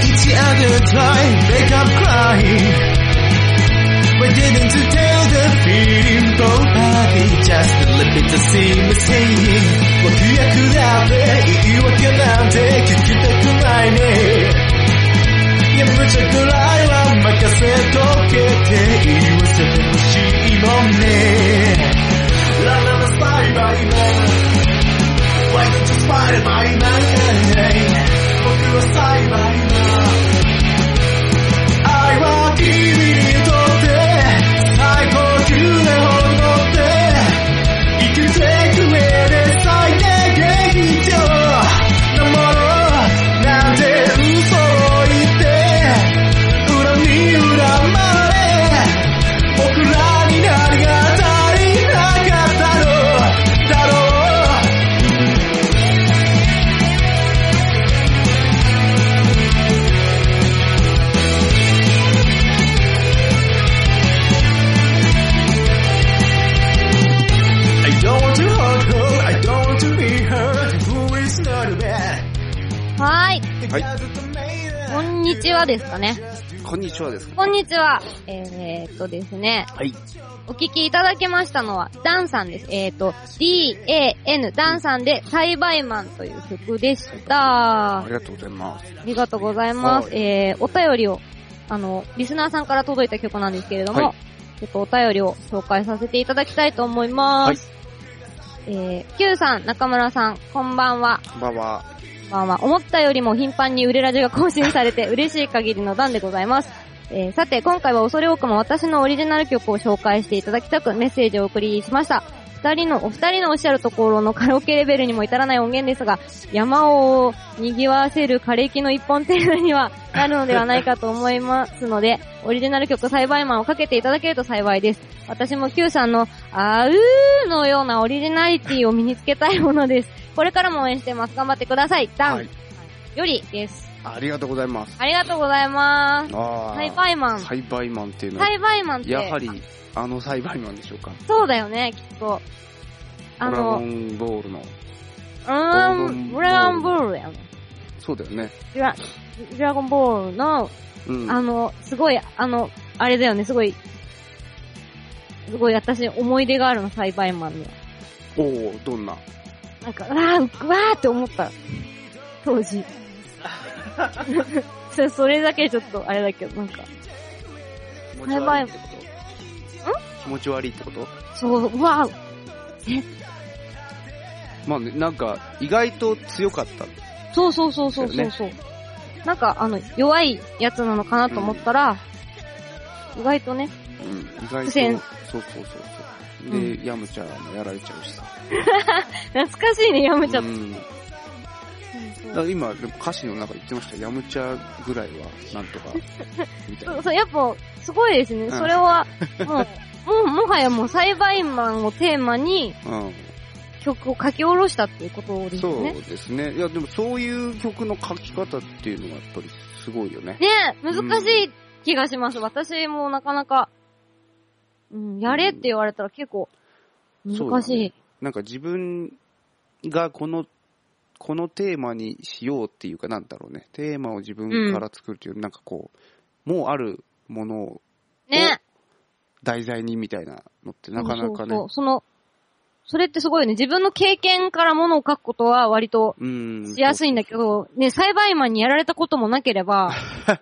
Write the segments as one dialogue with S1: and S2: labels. S1: the time, wake up crying. We didn't to tell the feeling, both happy, just a little bit to see me singing. 脇役なんて言い訳なんて聞きたくないね。いや、無茶ぐらいは任せとけて言わせてほしいもんね。ラララスパイバイマン。Why don't you spider my man? 僕は栽培だ愛は君にとって最高級な本能で生きていく上で最低限必要なものなんて嘘を言って恨み恨まれ僕らに何が足りなかったのだろうI don't want to hurt her, I don't want to be hurt, who is not bad.
S2: はーい。
S3: はい
S1: It
S2: こんにちはですかね。
S3: こんにちはです。
S2: こんにちは。えー、っとですね。
S3: はい。
S2: お聞きいただきましたのは、ダンさんです。えー、っと、D-A-N、ダンさんで、栽培マンという曲でした
S3: あり。がとうございます。
S2: ありがとうございます。
S3: は
S2: えー、お便りを、あの、リスナーさんから届いた曲なんですけれども、
S3: はい
S2: ちょっとお便りを紹介させていただきたいと思います。えー、Q さん、中村さん、こんばんは。
S3: こんばんは。
S2: こんばんは。思ったよりも頻繁に売れラジが更新されて嬉しい限りの段でございます。えーさて、今回は恐れ多くも私のオリジナル曲を紹介していただきたくメッセージをお送りしました。二人の、お二人のおっしゃるところのカラオケレベルにも至らない音源ですが、山を賑わせる枯れ木の一本程度にはなるのではないかと思いますので、オリジナル曲栽培マンをかけていただけると幸いです。私も Q さんの、あうーのようなオリジナリティを身につけたいものです。これからも応援してます。頑張ってください。ダン、
S3: はい。
S2: よりです。
S3: ありがとうございます。
S2: ありがとうございます。
S3: ああ。
S2: 栽培マン。
S3: 栽培マンっていうのは、
S2: 栽培マンって。
S3: やはり、あの栽培マンでしょうか。
S2: そうだよね、きっと。あ
S3: ドラゴ
S2: の、
S3: ンボールの。
S2: うーん、ド
S3: ド
S2: ラ
S3: ラ
S2: ゴ
S3: ゴ
S2: ン
S3: ン
S2: ボ
S3: ボ
S2: ールだよね。
S3: そうだよね。
S2: ドラ、ドラゴンボールの、
S3: うん。
S2: あの、すごい、あの、あれだよね、すごい、すごい私思い出があるの、栽培マンには。
S3: おおどんな。
S2: なんか、うわー、うわーって思った。当時。それそれだけちょっとあれだけど、なんか、
S3: 気持
S2: 栽培
S3: ってこと気持ち悪いってこと
S2: そう、うわー、
S3: まあね、なんか、意外と強かった。
S2: そうそうそうそうそうそう。なんか、あの、弱いやつなのかなと思ったら、意外とね、
S3: うん、意外と。
S2: 苦戦
S3: そうそうそうそう。で、ヤムチャもやられちゃうしさ。
S2: 懐かしいね、やめちゃっ
S3: うん。だか
S2: た。
S3: ら今、でも歌詞の中言ってました。ヤムチャぐらいは、なんと か、みたい
S2: そ
S3: な
S2: う、。そうやっぱ、すごいですね。
S3: ん
S2: それは、もう、もう、もはやもう、栽培マンをテーマに
S3: うん。
S2: 曲を書き下ろしたっていうことです
S3: そう
S2: ね。
S3: ですね。いや、でもそういう曲の書き方っていうのがやっぱりすごいよね。
S2: ねえ難しい気がします。私もなかなか、うん、やれって言われたら結構、
S3: そう
S2: 難しい。
S3: なんか自分がこの、このテーマにしようっていうかなんだろうね。テーマを自分から作るというよりなんかこう、もうあるものを
S2: ね
S3: 題材にみたいなのってなかなかね。
S2: そうそうそうその、それってすごいよね。自分の経験からものを書くことは割と
S3: うん。
S2: しやす
S3: い。
S2: いんだけど、ね、栽培マンにやられたこともなけ れば、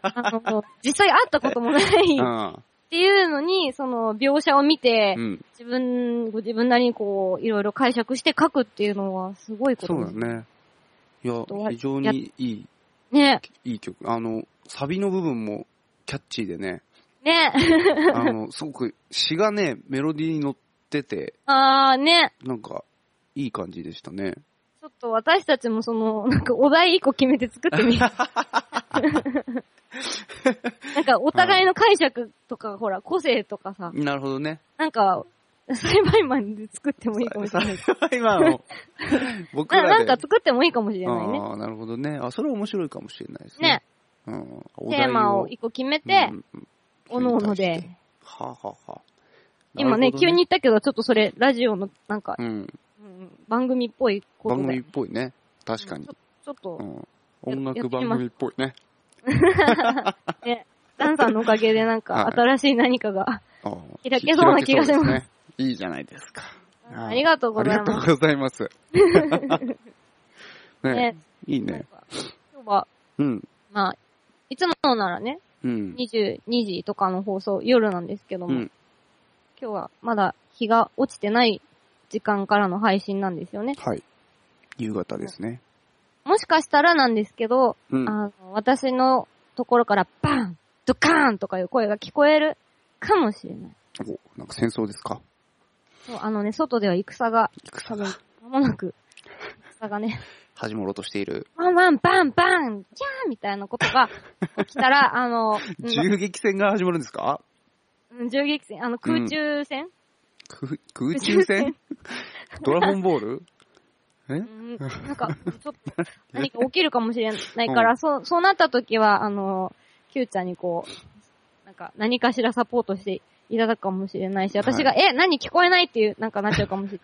S2: あの、実際会ったこともないっ
S3: ああ
S2: ていうのに、その、描写を見て
S3: う、ん。
S2: 自分、ご自分なりにこう、いろいろ解釈して書くっていうのは、すごいこと
S3: そうだ
S2: です。
S3: ね。いや
S2: とや、
S3: 非常にいい、
S2: ね。
S3: いい曲。あの、サビの部分もキャッチーで ね。
S2: ね。
S3: あの、すごく詩がね、メロディーに乗ってて、
S2: あーね。
S3: なんか、いい感じでしたね。
S2: ちょっと私たちもその、 なんかお題一個決めて作っ てみる。なんかお互いの解釈とか、ほら、個性とかさ、
S3: なるほどね。
S2: なんか、栽培マンで作ってもいいかもしれない。
S3: 今 の、僕
S2: な
S3: らで。
S2: なんか作ってもいいかもしれないね。
S3: ああ、なるほどね。あ、それは面白いかもしれないですね
S2: ね。、
S3: うん。お題
S2: テーマを一個決めて
S3: う、んうん
S2: おのおので。。
S3: はあ、はあはあ、
S2: 今
S3: なる
S2: ね、
S3: ほど
S2: 急に言ったけど、ちょっとそれ、ラジオの、なんか、
S3: うん。
S2: うん番組っぽいこと
S3: 番組
S2: で
S3: っ。ぽいね。確かに
S2: ちょ。ちょっと
S3: う、ん。音楽番組っぽいね。
S2: ね、ダンさんのおかげでなんか
S3: はい
S2: 新しい何かが。
S3: あー
S2: 開けそうな気がしま
S3: 開けそ
S2: す
S3: うですねいいじゃないですか。
S2: ありがとうございます
S3: ありがとうござい ます。ね
S2: ね
S3: いい
S2: なん
S3: ね。
S2: か今日は、
S3: うん。
S2: まあ、いつもならね、
S3: うん。
S2: 22時とかの放送、夜なんですけど
S3: う
S2: も、
S3: ん。
S2: 今日はまだ日が落ちてない時間からの配信なんですよね。
S3: はい。夕方ですね。
S2: もしかしたらなんですけど、
S3: うん。
S2: あの私のところからバンドカーンとかいう声が聞こえるかもしれない。
S3: お、なんか戦争ですか
S2: そうあのね、外では戦が、多
S3: 戦
S2: 分
S3: が、
S2: 間もなく、戦がね、
S3: 始まろうとしている。
S2: ワンワンバンバンキャーみたいなことが起きたら、あの、う ん
S3: 銃撃戦が始まるんですか
S2: うん銃撃戦、あの空中戦、
S3: 空空中 戦ドラゴンボールえ
S2: うんなん か、ちょっと、何か起きるかもしれないから、そう、そうなった時は、あの、キューちゃんにこう、なんか、何かしらサポートしていただくかもしれないし、私が、え、何聞こえないっていう、なんかなっちゃうかもし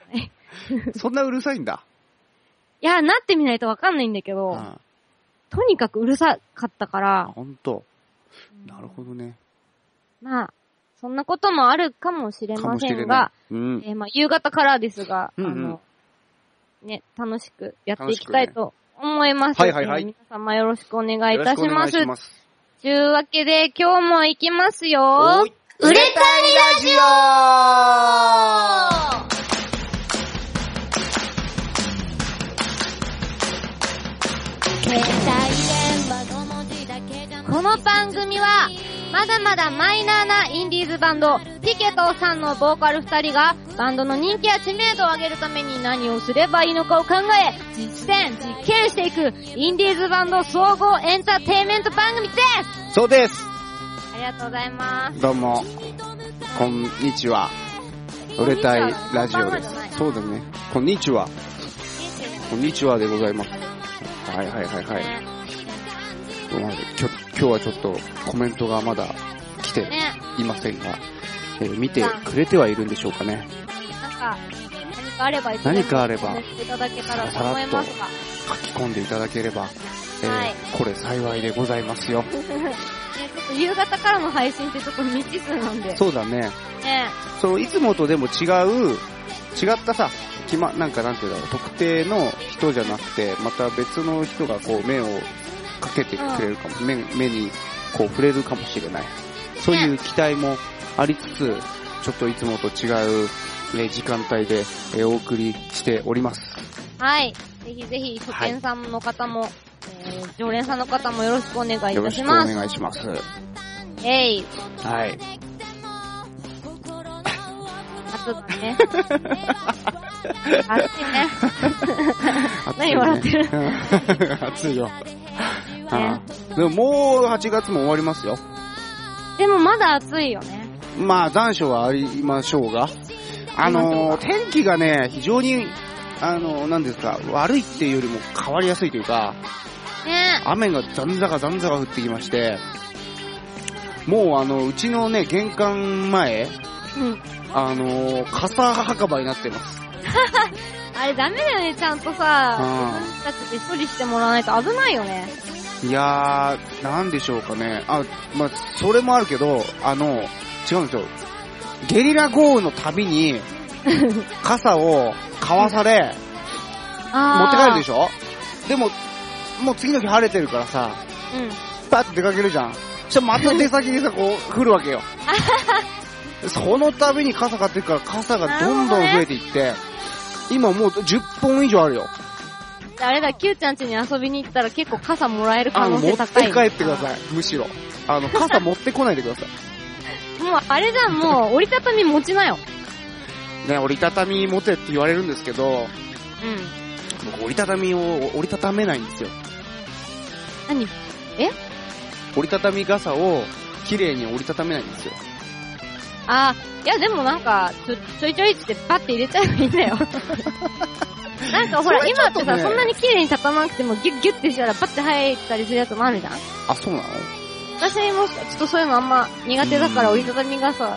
S2: れない。
S3: そんなうるさいんだ。
S2: いや、なってみないとわかんないんだけど、
S3: あ
S2: とにかくうるさかったか
S3: あ、
S2: ら、
S3: ほんと。なるほどね。
S2: まあ、そんなこともあるかもしれ
S3: か
S2: ま
S3: もし
S2: せ
S3: れ
S2: ん
S3: な
S2: が、
S3: い。うん。
S2: えーまあ、夕方からですが、
S3: うんうん
S2: あの、ね、楽しくやっていきたいと思います。
S3: 楽しくねはいはいはい
S2: えー皆様よろしくお願いいたし
S3: よろ
S2: ま
S3: く
S2: す。
S3: お願
S2: と
S3: す。
S2: いうわけで、今日も行きます
S3: お
S2: よ
S3: い売れたいラジオ
S2: この番組は、まだまだマイナーなインディーズバンド、ピケトーさんのボーカル二人が、バンドの人気や知名度を上げるために何をすればいいのかを考え、実践、実験していく、インディーズバンド総合エンターテインメント番組です
S3: そうです。
S2: ありがとうございます。
S3: どうも、こんにちは。売れたいラジオです。そうだね。こんにちは。こんにちはでございます。はいはいはいはい。ごめんなさいきょ今日はちょっとコメントがまだ来て
S2: ね、
S3: いませんが、えー見てくれてはいるんでしょうかね。
S2: なんか、何かあればいつでも
S3: 何かあれば
S2: コメントいただけたらと思いますが。
S3: 書き込んでいただければ、えー
S2: はい
S3: これ幸いでございますよ。
S2: ね、ちょっと夕方からの配信ってちょっと未知数なんで。ね。
S3: そうだね。そのいつもとでも違う、違ったさ、決ま、なんかなんていうんだろう、特定の人じゃなくて、また別の人がこう目をかけてくれるかも、目目にこう触れるかもしれない。そういう期待もありつつ、ちょっといつもと違う、えー時間帯で、えーお送りしております。
S2: はい。ぜひぜひ、初見さんの方も、えー、常連さんの方もよろしくお願いい
S3: よろ
S2: た
S3: し
S2: し
S3: くお
S2: ます。
S3: 願いします。
S2: えい。
S3: はい。
S2: 夏だね。暑いね。
S3: 暑い
S2: 何笑ってる
S3: ね暑いよ。あーでももう8月も終わりますよ。
S2: でもまだ暑いよね。
S3: まあ残暑はありましょうが、あのー天気がね、非常に、あのーなんですか、悪いっていうよりも変わりやすいというか、
S2: ね
S3: 雨がざんざかざんざか降ってきまして、もうあの、うちのね、玄関前、
S2: うん。
S3: あのー傘墓場になってます。
S2: あれダメだよね、ちゃんとさ。
S3: う
S2: だって処理してもらわないと危ないよね。
S3: ん、いやー、なんでしょうかね。あ、まあ、それもあるけど、あの、違うんですよ。ゲリラ豪雨のたび に、傘をかわされ、持
S2: あ
S3: って帰るで
S2: し
S3: しょでも、もう次の日晴れてるからさ、
S2: ょ。うん。
S3: パッと出かけるじゃん。そしたらまた出先にさ、こう、降るわけよ。 その度に傘買ってるから傘がどんどん増えていって、今もう10本以上あるよ。
S2: あれだ、キューちゃん家に遊びに行ったら結構傘もらえる可
S3: あの、持
S2: 能性
S3: って
S2: 高い。
S3: 帰ってください。むしろ。あの、傘持ってこないでくださ
S2: い。もう、あれじゃん、もう、折りたたみ持ちなよ。
S3: い。 ね、折りたたみ持てって言われるんですけど、
S2: うん。
S3: 僕折りたたみを折りたためないんですよ。
S2: 何
S3: 折りたたみ傘を綺麗に折りたためないんですよ。
S2: あー、いやでもなんか、ちょ、ちょいちょいってパッて入れちゃえばいいんだ よ。なんかほら、
S3: それちょ
S2: 今
S3: っ
S2: っ
S3: とね
S2: てさ、そんなに綺麗に畳まなくてもギュッギュッてしたらパッて入ったりするやつもあるじゃん
S3: あ、そうなの
S2: 私もちょっとそういうのあんま苦手だから折りたたみ傘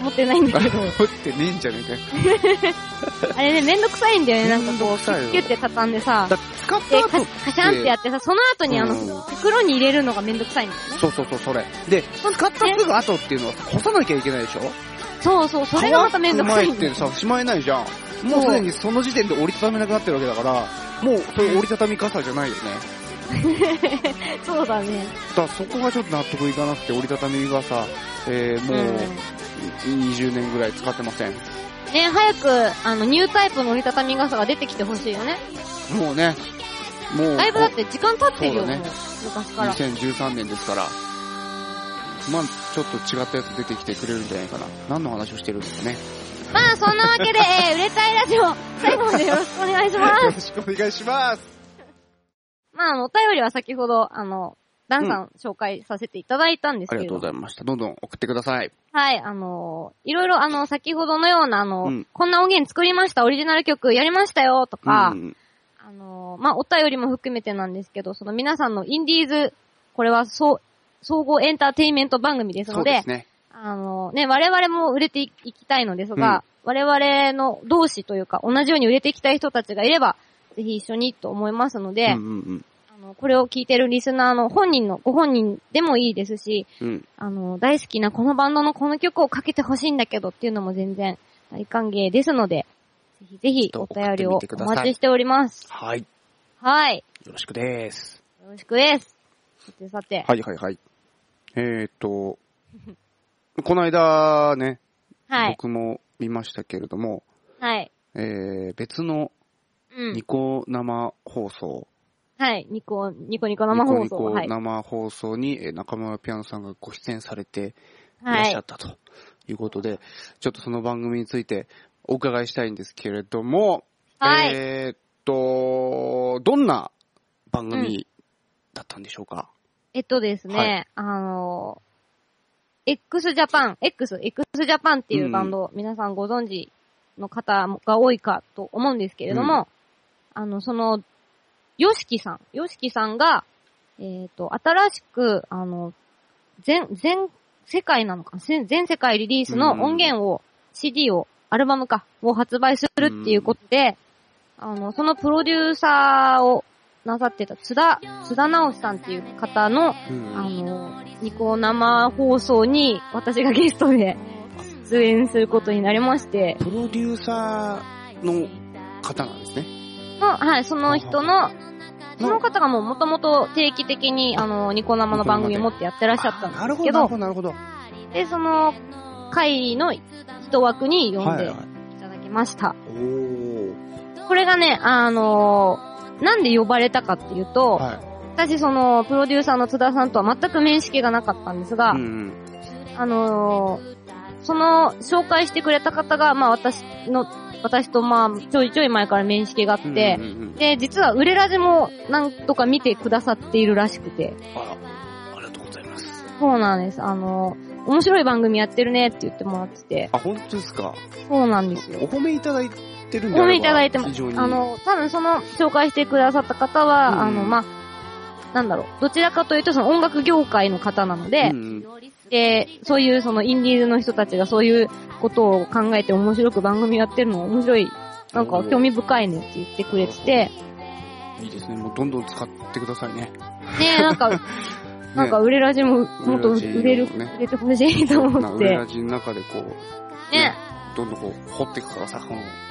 S2: 持ってないんだけど。
S3: 持ってねえんじゃねえかよ。
S2: あれね、めんどくさいんだよね。なんか
S3: めん
S2: こ
S3: ど
S2: う、
S3: く
S2: キ
S3: さい
S2: ュ
S3: よ
S2: ッキュッて畳んでさ
S3: だ。って使っ
S2: で、
S3: た
S2: カ
S3: 後
S2: シカシャンってやってさ、その後にあ
S3: う
S2: の
S3: ん、
S2: 袋に入れるのがめんどくさいんだよね。
S3: そうそうそう、それ。で、使ったすぐ後っていうのは干さなきゃいけないでしょ
S2: そうそう、それがまためんどくさい
S3: 乾
S2: ん
S3: く
S2: だ
S3: 前
S2: よ
S3: って。さ、しまえないじゃん。もうすでにその時点で折りたためなくなってるわけだから、もうそれ折りたたみ傘じゃないよね。
S2: そうだね。
S3: だからそこがちょっと納得いかなくて、折りたたみ傘、えー、
S2: う
S3: も
S2: ん。
S3: う20年ぐらい使ってません。
S2: ね、早く、あの、ニュータイプの折りたたみ傘が出てきてほしいよね。
S3: もうね、もう、
S2: だいぶだって時間経ってるよ、
S3: そうだね
S2: もう昔から。
S3: 2013年ですから、まあちょっと違ったやつ出てきてくれるんじゃないかな。何の話をしてるんですかね。
S2: まあ、そんなわけで、えー、売れたいラジオ、最後までよろしくお願いします。
S3: よろしくお願いします。
S2: まあ、あのお便りは先ほど、あの、ダンさん紹介させていただいたんです
S3: あ
S2: け
S3: り
S2: れ
S3: がと
S2: ど。
S3: うございました。どんどん送ってください。
S2: はい、あのーいろいろあの、先ほどのようなあの、
S3: うん
S2: こんな音源作りました、オリジナル曲やりましたよ、とか、
S3: うん
S2: あのーまあ、お便りも含めてなんですけど、その皆さんのインディーズ、これは総、総合エンターテインメント番組です
S3: そ
S2: の
S3: う
S2: で、
S3: ですね。
S2: あのーね、我々も売れていいきたいのですが、我々の同志というか、同じように売れていきたい人たちがいれば、ぜひ一緒にと思いますので、
S3: うんうん
S2: あの、これを聞いてるリスナーの本人の、ご本人でもいいですし、
S3: うん。うん。
S2: あの、大好きなこのバンドのこの曲をかけてほしいんだけどっていうのも全然大歓迎ですので、ぜひぜひお便りをお待ちしております。
S3: はい。
S2: はい。
S3: よろしくです。
S2: よろしくです。さてさて。
S3: はいはいはい。えーっと、この間ね、
S2: はい。
S3: 僕も見ましたけれども、
S2: はい。
S3: えー、別の
S2: うん
S3: ニ。コ生放送、
S2: はい。ニコ、ニコニコ生放
S3: ニコ
S2: 送。
S3: ニ
S2: は
S3: コ
S2: い。
S3: 生放送に、えー中村ピアノさんがご出演されていらっ
S2: は
S3: しゃ
S2: い
S3: っ。たということで、ちょっとその番組についてお伺いしたいんですけれども、
S2: はい。
S3: えーっと、どんな番組だったんでしょうか、
S2: えっとです
S3: は
S2: ね、あの、x ジャパン X、x ジャパンっていうバンド、皆さんご存知の方が多いかと思うんですけれども、あの、その、ヨシキさん、ヨシキさんが、えっ、と、新しく、あの、全、全世界なのかな、全全世界リリースの音源を、CD を、アルバムか、を発売するっていうことで、あの、そのプロデューサーをなさってた津田、津田直さんっていう方の、
S3: うん
S2: あの、ニコ生放送に私がゲストで出演することになりまして、
S3: プロデューサーの方なんですね。
S2: の、はい、その人の、その方がもう元々定期的に、あの、ニコ生の番組を持ってやってらっしゃった
S3: あなんる
S2: で
S3: ほど、
S2: すけ
S3: なる
S2: ど
S3: ほ、ど、なるほど。
S2: で、その会の一枠に呼んでいただきました。
S3: おー。
S2: これがね、あの、なんで呼ばれたかっていうと、
S3: は
S2: 私その、プロデューサーの津田さんとは全く面識がなかったんですが、
S3: い。うん
S2: あのーその、紹介してくれた方が、まあ私の、私とまあ、ちょいちょい前から面識があっ
S3: うん。
S2: て
S3: うん、うんうん
S2: で、実は、売れラジも、なんとか見てくださっているらしくて、
S3: あら、ありがとうございます。
S2: そうなんです。あのー面白い番組やってるねって言ってもらってて、
S3: あ、本当ですか。
S2: そうなんです
S3: お
S2: よ。
S3: 褒めいただいてるん
S2: お
S3: であれば
S2: 褒めいただいても
S3: 非常に。
S2: あの、多分その、紹介してくださった方は、
S3: うん
S2: あの、まあ、なんだろう、どちらかというと、その音楽業界の方なので、
S3: うんうん
S2: で、そういうそのインディーズの人たちがそういうことを考えて面白く番組やってるの面白い、なんか興味深いねって言ってくれてて、ね
S3: いいですね。もうどんどん使ってくださいね。
S2: え、な んか、なんか売れラジももっと
S3: 売れラジ
S2: 売れる、
S3: ね
S2: 売れてほしいと
S3: な
S2: 思っ
S3: 裏
S2: て
S3: ラ、ジの中でこう、
S2: ね
S3: どんどんこう、掘っていくからさ、この。もっといい人たちを
S2: ね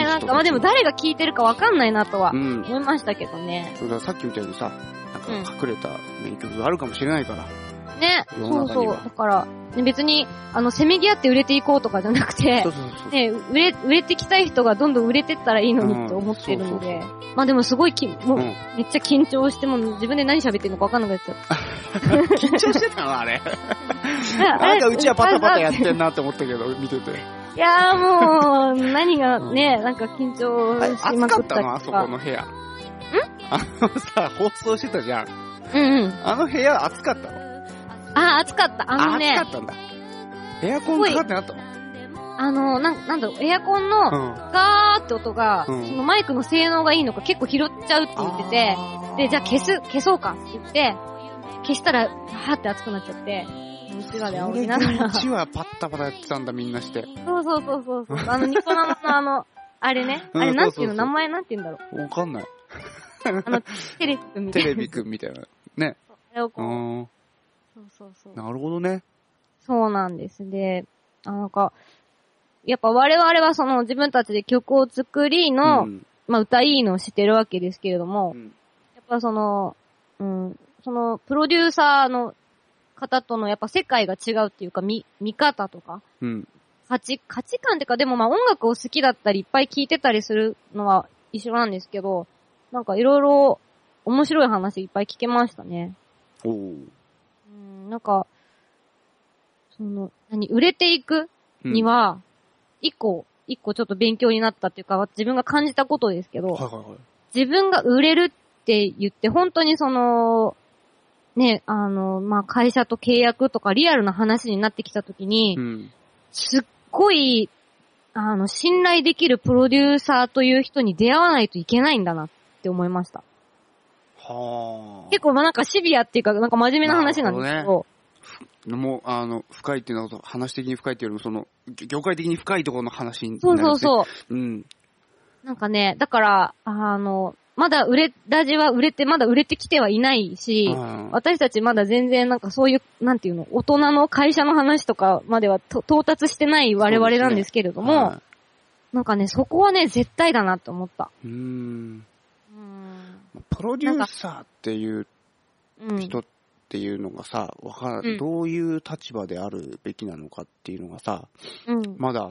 S2: え、なんか、まあでも誰が聞いてるかわかんないなとは
S3: うん。
S2: 思いましたけどね。
S3: それからさっきみたいにさ、なんか隠れた名曲があるかもしれないから。
S2: ね
S3: 世
S2: そ
S3: の
S2: う
S3: 中に
S2: そう。
S3: は
S2: だから、ね別に、あの、せめぎ合って売れていこうとかじゃなくて
S3: そう、そうそう。
S2: ね、売れ、売れてきたい人がどんどん売れてったらいいのにと思ってるの
S3: う
S2: で、まあでもすごいき、もう
S3: うん。
S2: めっちゃ緊張して、もう自分で何喋ってるのか分かんなくなっちゃった。
S3: 緊張してたのあれ。
S2: あ
S3: な
S2: れ
S3: んかうちはパタパタやっ
S2: あ
S3: てんなって思ったけど、見てて。
S2: いやーもう、何がね、なんか緊張
S3: あれ
S2: し
S3: 暑
S2: ま
S3: か
S2: く
S3: っ
S2: った
S3: たのあそこの部屋。んあのさ、放送してたじゃん。
S2: うんうん。
S3: あの部屋暑かったの
S2: あ、暑かった。あのね
S3: 暑、かったんだ。エアコンかかってなかったの
S2: あの、なん、なんだろう、エアコンの
S3: うん。
S2: ガーって音が、
S3: うん
S2: そのマイクの性能がいいのか結構拾っちゃうって言ってて、で、じゃあ消す、消そうかって言って、消したら、はーって熱くなっちゃって、うちわで
S3: それ
S2: 煽り
S3: で
S2: なが ら
S3: う。ちはパッタパタやってたんだ、みんなして。
S2: そうそうそうそう そう。あの、ニコ生のあの、あれね。
S3: う
S2: あ
S3: ん
S2: れなんていう
S3: そうそうそ
S2: の
S3: う
S2: 名前なんて言うんだろ
S3: わかんない。
S2: う。あの、テレビくんみたい
S3: テレ
S2: な。
S3: ビくんみたいな。ね。
S2: あれを
S3: う
S2: こう
S3: ーん。
S2: そうそうそう。
S3: なるほどね。
S2: そうなんです。で、あなんか、やっぱ我々はその自分たちで曲を作り
S3: う
S2: の、
S3: ん。
S2: まあ歌いいのをしてるわけですけれども、
S3: うん
S2: やっぱその、うん、そのプロデューサーの方とのやっぱ世界が違うっていうか見、見方とか、
S3: うん。
S2: 価値、価値観っていうか、でもまあ音楽を好きだったり、いっぱい聴いてたりするのは一緒なんですけど、なんかいろいろ面白い話いっぱい聞けましたね。
S3: おー
S2: うん、なんか、その、何、売れていく
S3: うん
S2: には、一個、一個ちょっと勉強になったっていうか、自分が感じたことですけど、
S3: はいはいはい。
S2: 自分が売れるって言って、本当にその、ね、あの、まあ、会社と契約とかリアルな話になってきたときに、
S3: うん。
S2: すっごい、あの、信頼できるプロデューサーという人に出会わないといけないんだなって思いました。
S3: は
S2: 結構、まあ、なんかシビアっていうか、なんか真面目な話なんです
S3: な
S2: け
S3: る
S2: ど、
S3: あ。もう、あの、深いっていうのは、話的に深いっていうよりも、その、ぎ業界的に深いところの話にな
S2: そ
S3: る、
S2: う
S3: ね。
S2: そうそう。
S3: う。うん。
S2: なんかね、だから、あの、まだ売れ、ラジは売れて、まだ売れてきてはいないし、
S3: あ
S2: 私たちまだ全然なんかそういう、なんていうの、大人の会社の話とかまではと到達してない我々なんですけれ
S3: ー
S2: ども、
S3: は
S2: なんかね、そこはね、絶対だなって思った。
S3: い、うーん。
S2: うん。
S3: プロデューサーっていう
S2: うん。
S3: 人っていうのがさ、わか
S2: うん
S3: どういう立場であるべきなのかっていうのがさ、
S2: うん。
S3: まだ、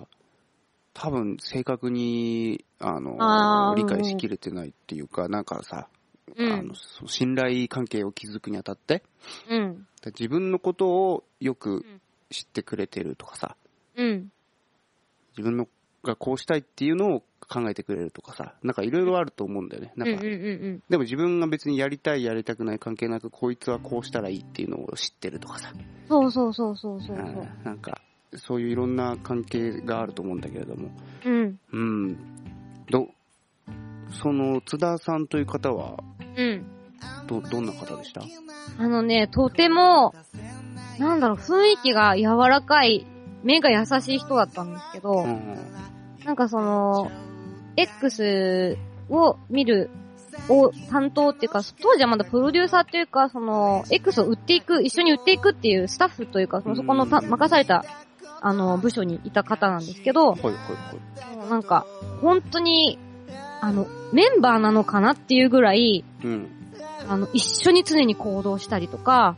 S3: 多分正確に、あの、
S2: あー
S3: 理解しきれてないっていうか、なんかさ、
S2: う
S3: あ
S2: ん
S3: の、。その信頼関係を築くにあたって、
S2: うん。
S3: 自分のことをよく
S2: ん
S3: 知ってくれてるとかさ、
S2: うん。
S3: 自分のがこうしたいっていうのを考えてくれるとかさ、なんかいろいろあると思うんだよね。
S2: うん。
S3: な
S2: うんん。
S3: か、
S2: うん。
S3: でも自分が別にやりたいやりたくない関係なく、こいつはこうしたらいいっていうのを知ってるとかさ、
S2: そうそうそうそうそうう。
S3: んなんか、そういういろんな関係があると思うんだけれども、
S2: うん。
S3: うん。ど、その津田さんという方は、
S2: うん。
S3: ど、どんな方でした
S2: あのね、とても、なんだろう、雰囲気が柔らかい、目が優しい人だったんですけど、
S3: うん。
S2: なんかその、X を見る、を担当っていうか、当時はまだプロデューサーっていうか、その、X を売っていく、一緒に売っていくっていうスタッフというか、そのそこのた任された、あの、部署にいた方なんですけど、
S3: ほいほいほい。
S2: もうなんか、本当に、あの、メンバーなのかなっていうぐらい、
S3: うん。
S2: あの、一緒に常に行動したりとか、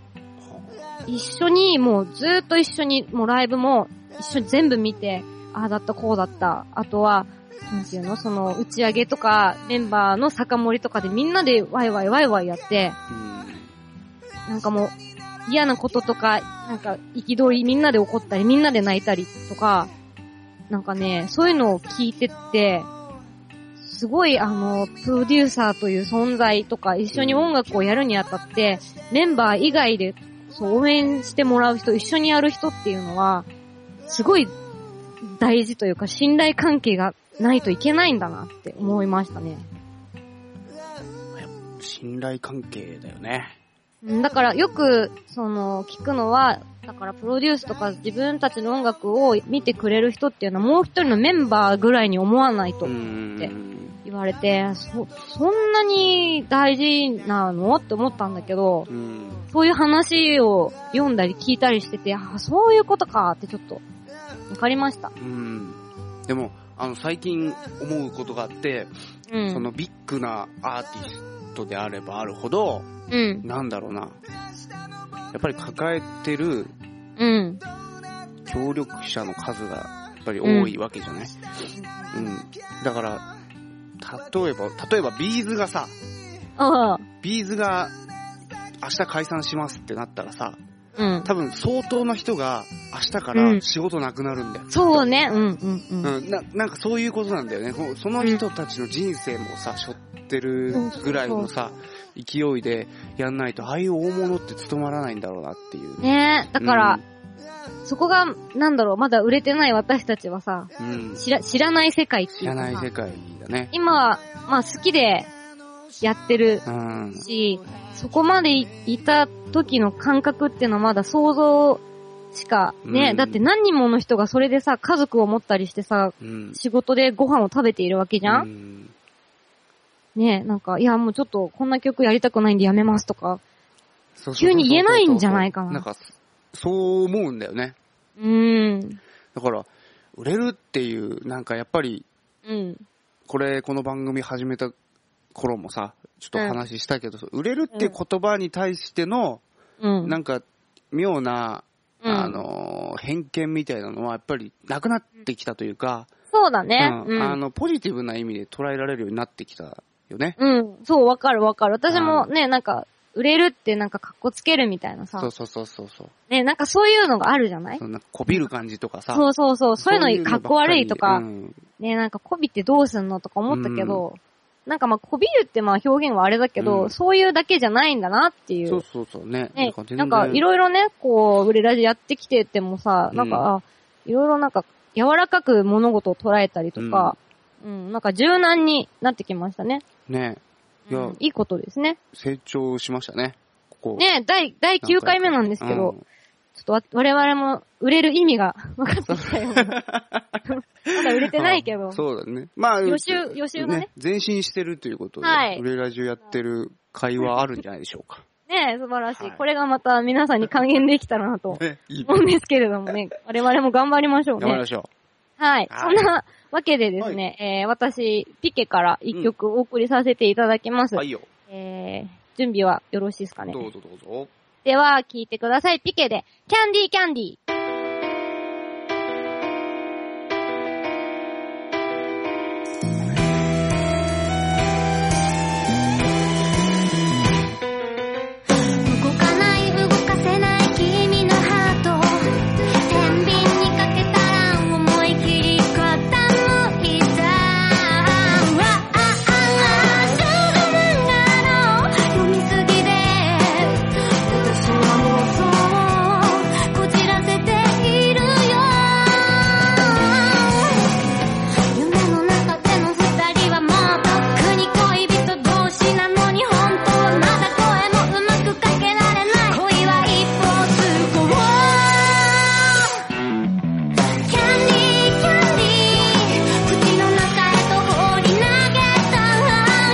S2: 一緒に、もうずーっと一緒に、もうライブも一緒に全部見て、ああだった、こうだった。あとは、なんていうのその、打ち上げとか、メンバーの酒盛りとかでみんなでワイワイワイワイやって、なんかもう、嫌なこととか、なんか、憤りみんなで怒ったり、みんなで泣いたりとか、なんかね、そういうのを聞いてって、すごいあの、プロデューサーという存在とか、一緒に音楽をやるにあたって、メンバー以外で、そう、応援してもらう人、一緒にやる人っていうのは、すごい大事というか、信頼関係がないといけないんだなって思いましたね。
S3: うん。信頼関係だよね。
S2: うんだからよく、その、聞くのは、だからプロデュースとか自分たちの音楽を見てくれる人っていうのはもう一人のメンバーぐらいに思わないとって
S3: ん。
S2: 言われて、そ、そんなに大事なのって思ったんだけど、
S3: うん。
S2: そういう話を読んだり聞いたりしてて、あ、そういうことかってちょっと、わかりました。
S3: うん。でも、あの、最近思うことがあって、
S2: うん。
S3: そのビッグなアーティストであればあるほど、
S2: うん。
S3: なんだろうな。やっぱり抱えてる
S2: うん。
S3: 協力者の数が、やっぱり多いわけじゃない、うん、だから、例えば、例えばビーズがさ、
S2: ああ。
S3: ビーズが明日解散しますってなったらさ、
S2: うん。
S3: 多分相当な人が明日か
S2: う
S3: ら
S2: ん
S3: 仕事なくなるんだよ。
S2: そうね。うんうんうん。
S3: うん、ななんかそういうことなんだよね。ほんその人たちの人生もさ、背負ってるぐらいのさ、勢いでやんないと、ああいう大物って務まらないんだろうなっていう。
S2: ねえ、だから、そこが、なんだろう、まだ売れてない私たちはさ、
S3: うん、うん。
S2: 知ら、知らない世界って
S3: 知
S2: いう
S3: ら
S2: かさ
S3: ない世界だね。
S2: 今は、まあ好きでやってる
S3: うん。
S2: し、そこまでいいた時の感覚っていうのはまだ想像しかね、
S3: うん
S2: だって何人もの人がそれでさ、家族を持ったりしてさ、
S3: うん。
S2: 仕事でご飯を食べているわけじゃ、
S3: うんん
S2: ねなんか、いやもうちょっとこんな曲やりたくないんでやめますとか。
S3: そうそうそうそう
S2: 急に言えないんじゃないかな
S3: なんか、そう思うんだよね。
S2: うーん。
S3: だから、売れるっていう、なんかやっぱり、
S2: うん。
S3: これ、この番組始めた頃もさ、ちょっと話したけど、売れるっていう言葉に対しての、
S2: うん。
S3: なんか、妙な、
S2: うん
S3: あのー、偏見みたいなのは、やっぱり、なくなってきたというか、
S2: そうだね。
S3: う
S2: うん
S3: あ
S2: ん。
S3: の、ポジティブな意味で捉えられるようになってきたよね。
S2: うん。そう、わかるわかる。私もね、なんか、売れるってなんか格好つけるみたいな
S3: そ
S2: さ
S3: う。そうそうそうそう。
S2: ね、なんかそういうのがあるじゃない
S3: そんな、こびる感じとかさ。
S2: そうそうそう。そういうの
S3: ば
S2: か
S3: っか
S2: っ
S3: り
S2: こ悪いとか
S3: う、ん
S2: ね、なんかこびってどうすんのとか思ったけど、なんかまあこびるってまあ表現はあれだけ
S3: う
S2: ど、
S3: ん
S2: そういうだけじゃないんだなってい
S3: そうう。そうそうね。
S2: ね、
S3: 全然
S2: なんかいろいろね、こう、売れラジやってきててもさ、なん
S3: うん
S2: か、あいろいろなんか柔らかく物事を捉えたりとか、うん、なんか柔軟になってきましたね。
S3: ね、いや
S2: うんいいことですね。
S3: 成長しましたね。ここ。
S2: ね、第、第9回目なんですけど、ちょっとわ我々も売れる意味が 分かってきたよう な。まだ売れてないけ
S3: う
S2: ど
S3: ん。。そうだね。まあ、
S2: 予習予習がね
S3: 前進してるということで、
S2: はい
S3: 売れラジオやってる会話あるんじゃないでしょうか。
S2: ね素晴らしい。
S3: はい
S2: これがまた皆さんに還元できたらなと
S3: ね、いい。
S2: 思うんですけれど もね。我々も頑張りましょう
S3: 頑張り
S2: ね
S3: ま。しょ
S2: はい。そ
S3: はい
S2: んなわけでですね、えー、私、ピケから一曲お送りさせていただきます。
S3: う。はいよ。
S2: えー、準備はよろしいですかね。
S3: どうぞどうぞ。
S2: では、聞いてください。ピケで、キャンディーキャンディー。
S4: 動かない動かせない君のハート天秤にかけたら思い切り傾いたショート漫画の読みすぎで私はもうそうこじらせているよ夢の中での二人はもうとっくに恋人同士なのに本当はまだ声もうまくかけられない恋は一歩通行キャンディーキャンディー口の中へと放り投げた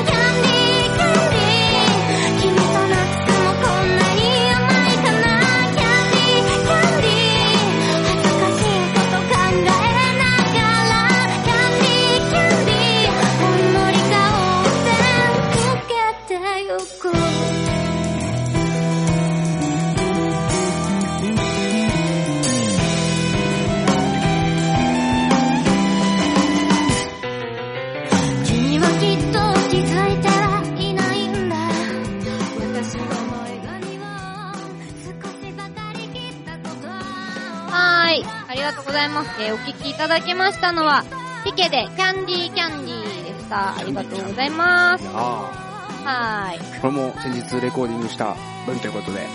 S4: キャンディーキャンディー君と夏もこんなに甘いかなキャンディーキャンディー恥ずかしいこと考えながらキャンディーキャンディーほんのり顔を全部けてゆく君はきっと気づいてはいないんだ私の前髪を少しばかり切ったこと
S2: はーい。ありがとうございます。えーお聞きいただきましたのは、ピケで、キャンディーキャンディーでした。ありがとうございます。
S3: あ
S2: はーい。
S3: あ、これも先日レコーディングした分ということで、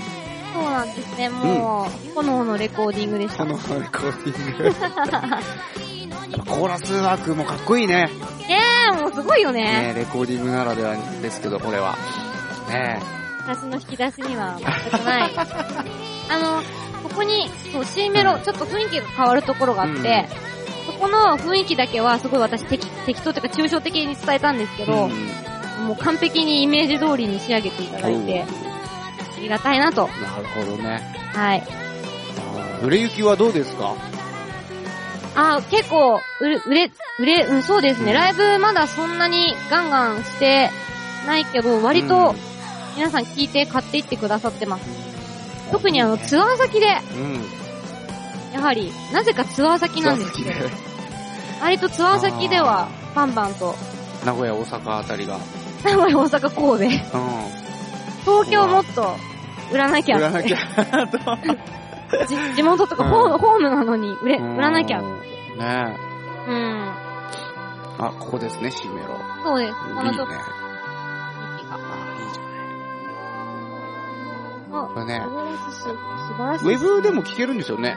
S2: そうなんですね、もう、炎のレコーディングでした。
S3: この
S2: ね
S3: レコーディン グ。やっぱコーラスワークもかっこいいね。
S2: え、もうすごいよね。
S3: ねレコーディングならではですけど、これは。ね
S2: 私の引き出しには全く ない。あの、ここに、そう、C メロ、ちょっと雰囲気が変わるところがあって、そこの雰囲気だけはすごい私適適当というか抽象的に伝えたんですけ
S3: え。
S2: ど、
S3: ん
S2: もう完璧にイメージ通りに仕上げていただいて、ありがたいなと。
S3: なるほどね。
S2: はい。
S3: 売れ行きはどうですか
S2: あ、結構、売れ、売れ、売れ、うん、そうですね。ライブまだそんなにガンガンしてないけど、割と皆さん聞いて買っていってくださってます。特にあの、ツアー先で、や
S3: うん。
S2: はり、なぜかツアー先なんですけど、割とツアー先では、バンバンと、
S3: 名古屋、大阪あたりが。うん。
S2: 名古屋、大阪、神戸、東京もっと、売らなきゃ
S3: 売
S2: って
S3: らなきゃ。と
S2: じ 地元とかホー
S3: う
S2: ム、
S3: ん
S2: ホームなのに売れ、売らなきゃ。
S3: う
S2: うん
S3: ねえ。
S2: ん。
S3: あ、ここですね、シメロ。
S2: そうです。こ
S3: い
S2: の
S3: い
S2: ちょっと
S3: ね。
S2: 息が。
S3: あいいじゃない。
S2: あ
S3: これね、
S2: 素晴らしい。素晴らし
S3: ウ
S2: い。
S3: ェブでも聴けるんですよね。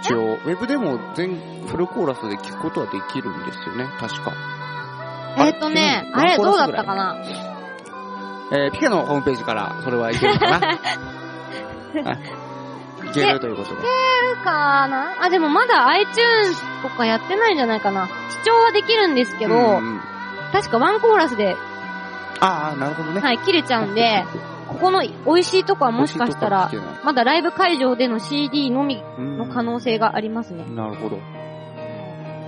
S3: 一応、ウェブでも全フルコーラスで聴くことはできるんですよね、確か。
S2: えっとね、
S3: あ
S2: あ
S3: れワン
S2: れ
S3: コ
S2: ど
S3: ー
S2: う
S3: ラスぐ
S2: だっ
S3: らい
S2: たかな
S3: えーピケのホームページからそれはいけるの かなはいいけるということで。
S2: あるかなあ、でもまだ iTunes とかやってないんじゃないかな。視聴はできるんですけど、
S3: うんうん
S2: 確かワンコーラスで、
S3: ああ、なるほどね。
S2: はい、切れちゃうんで、ここの美味しいとこはもしかしたら
S3: 欲、いとこは聞
S2: まだライブ会場での CD のみ
S3: けない、
S2: の可能性がありますね。
S3: うんなるほど。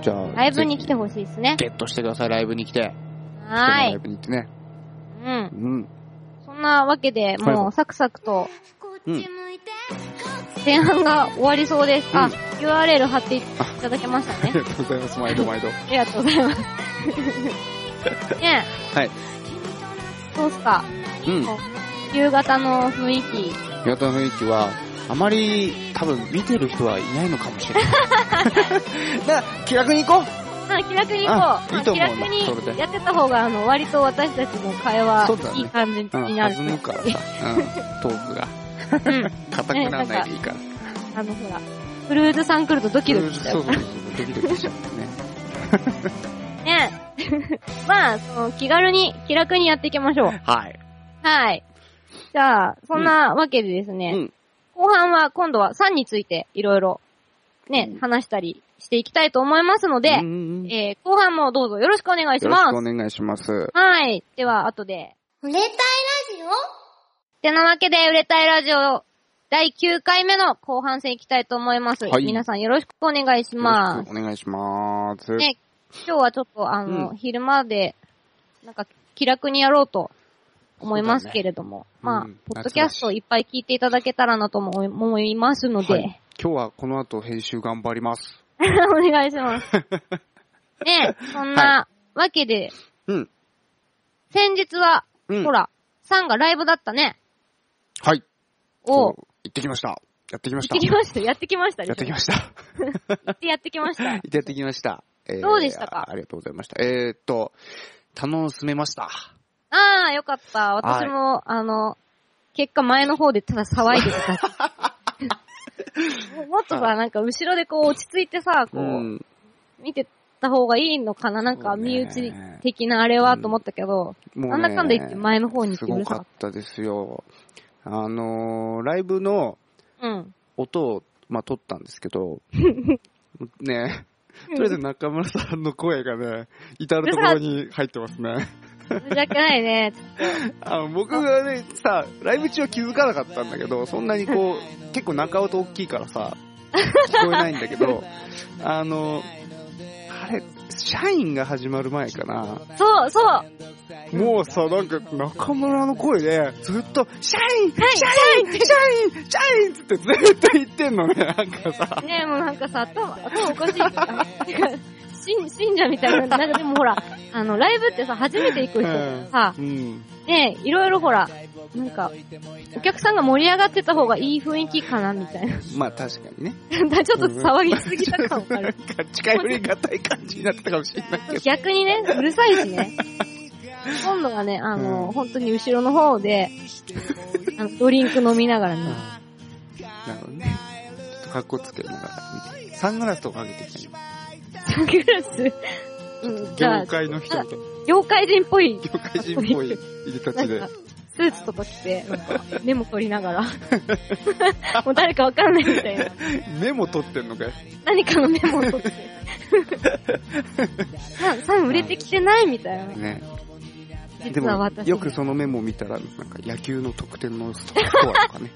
S3: じゃあ、
S2: ライブに来てほしいですね
S3: ぜ。ひゲットしてください、ライブに来て。
S2: は
S3: ライ
S2: い。
S3: ブに行ってね。
S2: うん。
S3: うん。
S2: そんなわけで、もうサクサクと
S3: うん
S2: 前半が終わりそうです。
S3: う
S2: あ
S3: ん、
S2: URL 貼っていただけました
S3: あり
S2: ね。
S3: がとうございます、毎度毎度。
S2: ありがとうございます。ねえ。
S3: はい。
S2: どうすか
S3: うん。
S2: 夕方の雰囲気。
S3: 岩田の雰囲気は、あまり多分見てる人はいないのかもしれない。 だから、気楽に行こう
S2: あ気楽に行こう。
S3: あ
S2: まあ
S3: いいと
S2: 気
S3: 思う
S2: 楽に
S3: それで
S2: やってた方が、あの、割と私たちの会話
S3: そうだ、ね
S2: いい感じに
S3: うん、
S2: なる。
S3: 弾むからさ、うん、トークが。
S2: うん。
S3: 硬くならないでいい から。
S2: あの、ほら、フルーズさん来るとドキドキしちゃ
S3: そうう。そうそう、ドキドキしちゃうね。
S2: ね え。まあ、その、気軽に、気楽にやっていきましょう。
S3: はい。
S2: はい。じゃあ、そんなわけでですね、
S3: うん
S2: 後半は今度は3についていろいろね、
S3: うん
S2: 話したりしていきたいと思いますので、
S3: うん
S2: えー後半もどうぞよろしくお願いし
S3: よろし
S2: ま
S3: くお
S2: す。
S3: 願いします。
S2: はい。では、後で。
S4: おれたいラジオ
S2: てなわけで、売れたいラジオ第9回目の後半戦いきたいと思います。
S3: はい
S2: 皆さんよろしくお願いし
S3: よ
S2: ま
S3: ろし
S2: す
S3: く。お願いします。
S2: ね、今日はちょっとあの、
S3: うん
S2: 昼間で、なんか気楽にやろうと思いますけれども、
S3: そうだね
S2: まあ、
S3: うん
S2: ポッドキャストいっぱい聞いていただけたらなとも思い思いますので、
S3: はい今日はこの後編集頑張ります。
S2: お願いします。 ねえ、そんなわけで、
S3: うん。
S2: 先日は、
S3: うん
S2: ほら、サンがライブだったね。
S3: はい。
S2: おう
S3: そう行ってきました。やってきまし
S2: 行
S3: た。
S2: ってきました。やってきました
S3: やっ
S2: でしょ
S3: てきました。
S2: 行ってやってきました。
S3: 行ってやってきました。えー
S2: どうでしたか
S3: あありがとうございました。えーっと、楽しめました。
S2: ああ、よかった。私も、あの、結果前の方でただ騒いでた。 ももっとさ、なんか後ろでこう落ち着いてさ、こう、
S3: うん。
S2: 見てた方がいいのかななん
S3: そ
S2: か
S3: うね
S2: 身内的なあれはと思ったけど、
S3: もうね
S2: なんだかんだ言って前の方に行
S3: す
S2: ってう
S3: ご
S2: る
S3: か
S2: さ
S3: ったですよ。あのー、ライブの
S2: うん。
S3: 音を、まあ、撮ったんですけ ど、ね、とりあえず中村さんの声がね、至るところに入ってますね。
S2: 申し訳ないね。
S3: あの僕がね、さ、ライブ中は気づかなかったんだけど、そんなにこう、結構中音大きいからさ、聞こえないんだけど、あの、あれ、社員が始まる前かな。
S2: そう、そうはい
S3: もうさ、なんか中村の声で、ずっと、社員社員社員社員っつってずっと言ってんのね、なんかさ。
S2: ねえもうなんかさ、頭、頭おかしい。なん か 信信者みたいな、なんかでもほら、あの、ライブってさ、初めて行く人
S3: うん
S2: さ、
S3: うん。
S2: ねいろいろほら、なんか、お客さんが盛り上がってた方がいい雰囲気かな、みたいな。
S3: まあ確かにね。
S2: ちょっと騒ぎすぎた感 あ
S3: なん
S2: る。
S3: か近寄りがたい感じになってたかもしれないけど。
S2: 逆にね、うるさいしね。今度はね、あの、
S3: うん
S2: 本当に後ろの方で、あのドリンク飲みながらね。
S3: なるほどね。ちょっと格好つけながら見て。サングラスとか上げてきたね
S2: サングラス。うん、じゃあ
S3: 業、界の人みたいな。
S2: 業界人っぽい、
S3: 業界人っぽいいでた
S2: な
S3: ち
S2: ん
S3: で
S2: か。、スーツとか着て、なんか、メモ取りながら。 もう誰かわかんないみたいな。
S3: メモ取ってんのかよ。
S2: 何かのメモを取って。サン、サン売れてきてないみたいな。
S3: ね。で
S2: 実は
S3: も、
S2: 私。
S3: よくそのメモ見たら、なんか野球の得点のスコア とかね。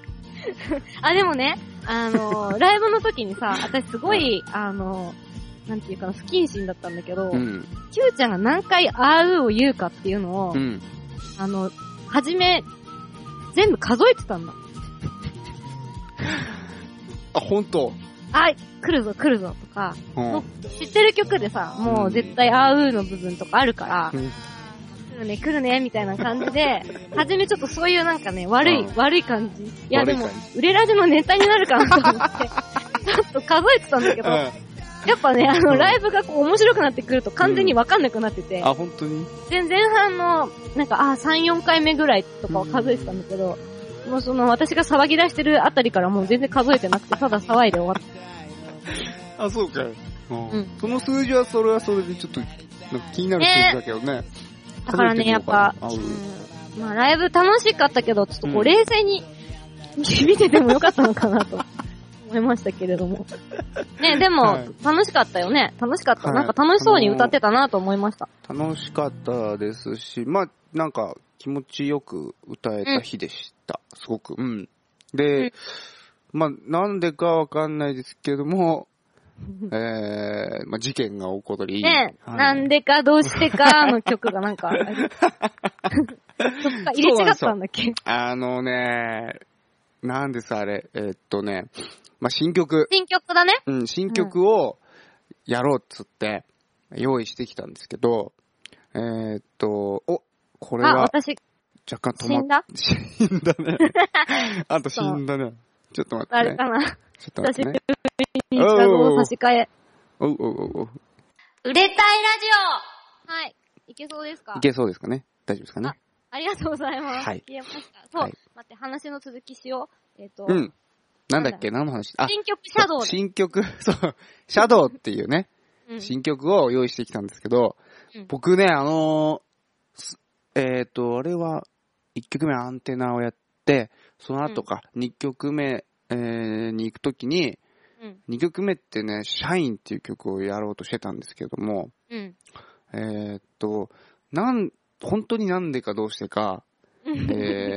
S2: あ、でもね、あの ーライブの時にさ、私すごい、あのーなんていうかな、不謹慎だったんだけど、
S3: うん。
S2: キューちゃんが何回あーうを言うかっていうのを、
S3: うん。
S2: あの、はじめ、全部数えてたんだ。
S3: あ、本当。
S2: あ、来るぞ来るぞとか、
S3: うん。
S2: もう知ってる曲でさ、もう絶対あーうの部分とかあるから、
S3: うん
S2: 来るね来るねみたいな感じ で、はじめちょっとそういうなんかね、悪い、
S3: うん
S2: 悪い感じ。いやでも
S3: 悪い感、
S2: 売れラジのネタになるかなと思って、ちょっと数えてたんだけど、やっぱね、あ
S3: う
S2: の、
S3: ん
S2: ライブがこう面白くなってくると完全にわかんなくなってて、
S3: あ、本当に
S2: で前半の、なんか、あ、3、4回目ぐらいとかは数えてたんだけど、もうその、私が騒ぎ出してるあたりからもう全然数えてなくて、ただ騒いで終わった。
S3: あ、そうかよ。うん
S2: うん
S3: その数字は、それはそれでちょっと、なんか気になる数字だけどね。
S2: だからね、
S3: 数え
S2: や
S3: て
S2: っ
S3: みようかな
S2: ぱ、
S3: あ
S2: うんまあ、ライブ楽しかったけど、ちょっとこ
S3: う
S2: う、
S3: ん
S2: 冷静に 見ててもよかったのかなと思いましたけれども。 ね、
S3: は
S2: でも
S3: い、
S2: 楽しかったよね。楽しかった。
S3: はい
S2: なんか楽しそうに歌ってたなと思いました。
S3: 楽しかったですし、まあ、なんか気持ちよく歌えた日でした。すごく。うん。で、まあ、なんでかわかんないですけども、えー、まあ、事件が起こり、
S2: ね、
S3: はい
S2: なんでかどうしてかの曲がな んか、そっか、入れ違ったんだっけ
S3: あのね、なんですあれ、えーっとね、まあ、新曲、
S2: 新曲だね。
S3: うん、新曲をやろうっつって、用意してきたんですけど、えーっと、お、これ
S2: あ、
S3: は
S2: 私、
S3: 若干止
S2: 死ん
S3: まっ
S2: だ
S3: 死んだね。あんた死んだね。ちょっと待
S2: あ
S3: って
S2: れ
S3: ね。
S2: かな。
S3: ちょっと待ってね。
S2: 新曲を差し替え。
S3: おうおうおうおう
S2: 売れたいラジオはい。いけそうですか
S3: いけそうですかね大丈夫ですかね
S2: ありがとうございます。
S3: はい
S2: 消えました。そう、
S3: はい
S2: 待って、話の続きしよう。えっ、と、
S3: うん。なんだっけ何の話あ、
S2: 新曲シャドウで。
S3: 新曲、 そう、シャドウっていうね、
S2: うん
S3: 新曲を用意してきたんですけど
S2: うん、
S3: 僕ね、あのーすえっと、あれは、1曲目アンテナをやって、その後か、2曲目、えーに行くときに、
S2: うん。
S3: 2曲目ってね、シャインっていう曲をやろうとしてたんですけども、
S2: うん。
S3: えーっと、なん、本当になんでかどうしてか、え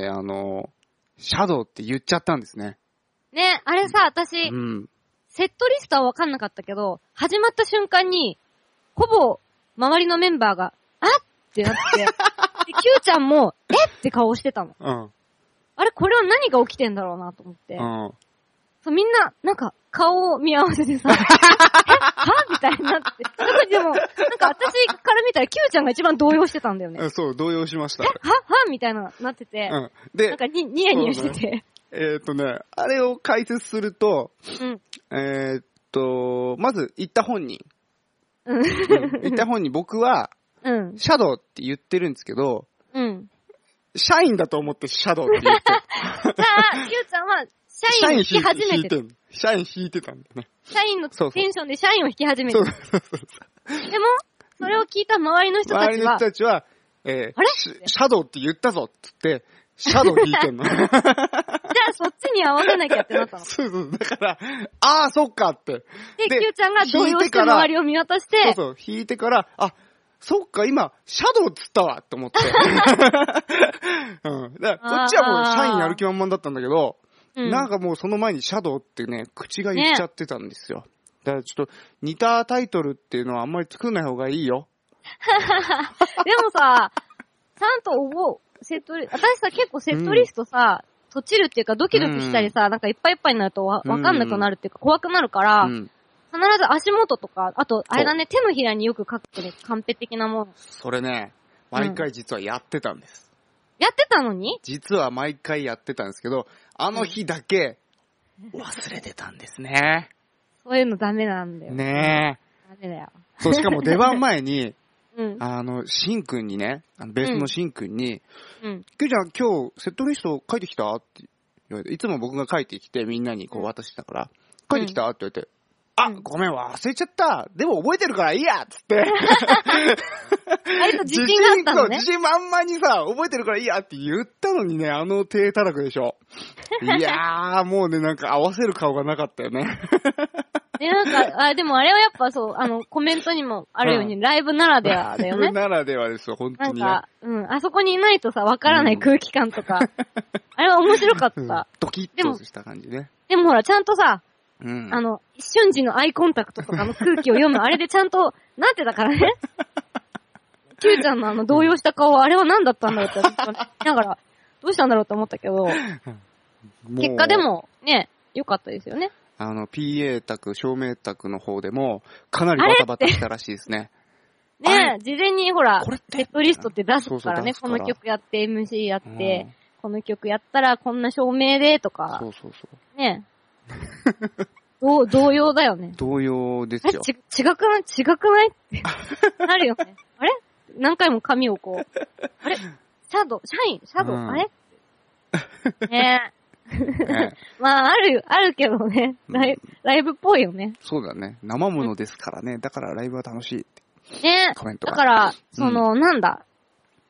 S3: ー、あの、シャドウって言っちゃったんですね。
S2: ね、あれさ、私、
S3: うん。
S2: セットリストはわかんなかったけど、始まった瞬間に、ほぼ、周りのメンバーが、あっって なって、で、キューちゃんも、えって顔してたの。
S3: うん。
S2: あれ、これは何が起きてんだろうなと思って。
S3: うん。
S2: そう、みんな、なんか、顔を見合わせ てさ、えはみたいになって。すごいでも、なんか私から見たら、キューちゃんが一番動揺してたんだよね。は
S3: うんそう、動揺しました。
S2: はみたいな、なって
S3: う
S2: て。
S3: ん。
S2: なん
S3: で、
S2: かに、ニヤニヤしてて。
S3: えーっとね、あれを解説すると、
S2: うん。
S3: えーっと、まず、言った本人。
S2: うん。
S3: うん言った本人、僕は、
S2: うん。
S3: シャドウって言ってるんですけど、
S2: うん。
S3: シャインだと思ってシャドウって言ってる。
S2: じゃあ、ゆうちゃんは、 社員を引き始めてる。
S3: る。シャイン引いてたんだね。
S2: 社員のテ
S3: そうそう
S2: ンションで社員を引き始めて
S3: そう
S2: る。
S3: そうそうそう。
S2: でも、それを聞いた周りの人た
S3: 周
S2: ち
S3: りの
S2: は
S3: 人、たちは、えー
S2: あれ
S3: シシャドウって言ったぞっつって、シャドウ引いてん の。
S2: じゃあそっちに合わせなきゃってなったの。
S3: そうそう、だから、ああ、そっかって。
S2: で、
S3: で
S2: キューちゃんが動
S3: 引
S2: 揺
S3: い
S2: して
S3: てから
S2: 周りを見渡して、
S3: そうそう、引いてから、あ、そっか、今、シャドウっつったわって思 って。うん。だからこっちはもう、
S2: あー
S3: 社員やる気満々だったんだけど、
S2: うん
S3: なんかもうその前にシャドウってね、口が言っちゃってたんですよ。だからちょっと、似たタイトルっていうのはあんまり作んない方がいいよ。
S2: でもさ、ちゃんと覚う、セットリ、私さ、結構セットリストさ、とちるっていうか、ドキドキしたりさ、なんかいっぱいいっぱいになるとわわかんなくなるっていうか、怖くなるから、
S3: うん。
S2: 必ず足元とか、あと、あれだね、手のひらによく書くね、カンペ的なもの。
S3: それね、毎回実はやってたんです。
S2: やってたのに
S3: 実は毎回やってたんですけど、あの日だけ忘れてたんですね。
S2: そういうのダメなんだよ。
S3: ねえ。
S2: ダメだよ。
S3: そう、しかも出番前に、
S2: うん。
S3: あの、シンくんにね、あのベースのシンくんに、
S2: うん。
S3: キュウちゃん今日セットリスト書いてきたって言われて、いつも僕が書いてきてみんなにこう渡してたから、書いてきたって言われて、あ、ごめん、忘れちゃった。でも覚えてるからいいやっつって。
S2: 割と自信があったのね
S3: 自。信そう自信満々にさ、覚えてるからいいやって言ったのにね、あの手叩くでし ょ。いやー、もうね、なんか合わせる顔がなかったよね。
S2: で、なんか、あ、でもあれはやっぱそう、あの、コメントにもあるように、
S3: う
S2: ライブならではだ よね。
S3: ならではですよ、本当
S2: なん
S3: にね。
S2: か、うん、あそこにいないとさ、わからない空気感とか。あれは面白かっ
S3: うん
S2: た。
S3: ドキッとした感じね。
S2: でもほら、ちゃんとさ、
S3: うん。
S2: あの、瞬時のアイコンタクトとかの空気を読む、あれでちゃんと、なんてだから ね。キューちゃんのあの動揺した顔、あれは何だったんだろうって、だから、どうしたんだろうって思ったけど、
S3: もう
S2: 結果で。も、ね、良かったですよね。
S3: あの、PA 宅、照明宅の方でも、かなりバタバタしたらしいです ね。
S2: ね、事前にほら、
S3: これって
S2: セットリストって出すか
S3: そ
S2: らね、
S3: うそう出すか
S2: こ
S3: ら
S2: の曲やって、MC やっ
S3: うん
S2: て、この曲やったらこんな照明でとか
S3: そ、うそうそう。
S2: ね。 どう、同様だよね。
S3: 同様です
S2: え、
S3: よ。
S2: ち、違くない違くないっ てなるよね。あれ何回も髪をこう。あれシャドウ、シャイン、シャドウ、
S3: うん
S2: あれね
S3: ね
S2: え。まあ、ある、あるけどね。ライ,、
S3: う
S2: ライブっぽいよね。
S3: そうだね。生ものですからね。だからライブは楽しいって
S2: ねえ。
S3: コメント
S2: だ
S3: が。
S2: から、その、なんだ。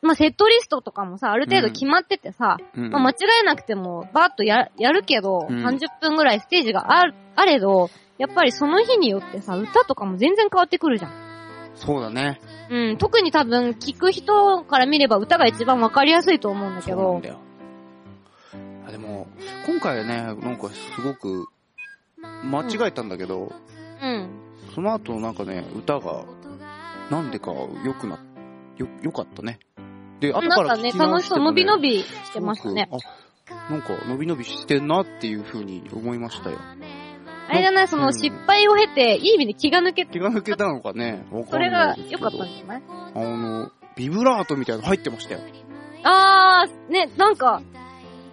S2: まあ、セットリストとかもさ、ある程度決まっててさ、
S3: うん
S2: まあ、間違えなくても、バーッとや、やるけど、
S3: うん
S2: 30分ぐらいステージがある、あれど、やっぱりその日によってさ、歌とかも全然変わってくるじゃん。
S3: そうだね。
S2: うん、特に多分、聞く人から見れば歌が一番わかりやすいと思うんだけ
S3: そうなん
S2: ど
S3: だ、よ。あでも、今回はね、なんかすごく、間違えたんだけど、
S2: うん。
S3: その後なんかね、歌が、なんでか良くな、よ、良かったね。で、後
S2: な
S3: か
S2: ん
S3: ら
S2: か
S3: 聞
S2: ね、
S3: き直
S2: 楽
S3: し
S2: してそう、
S3: も、ね、
S2: 伸び伸びしてました
S3: す
S2: ね。
S3: ごく。あ、なんか、伸び伸びしてんなっていう風に思いましたよ。
S2: あれじゃない、そ
S3: うん
S2: の失敗を経て、いい意味で気が抜けて、
S3: 気が抜けたのかね、わ
S2: そ
S3: かん
S2: れ
S3: な
S2: が
S3: いですけ
S2: 良
S3: ど
S2: かったんじゃない
S3: あの、ビブラートみたいなの入ってましたよ。
S2: あー、ね、なんか、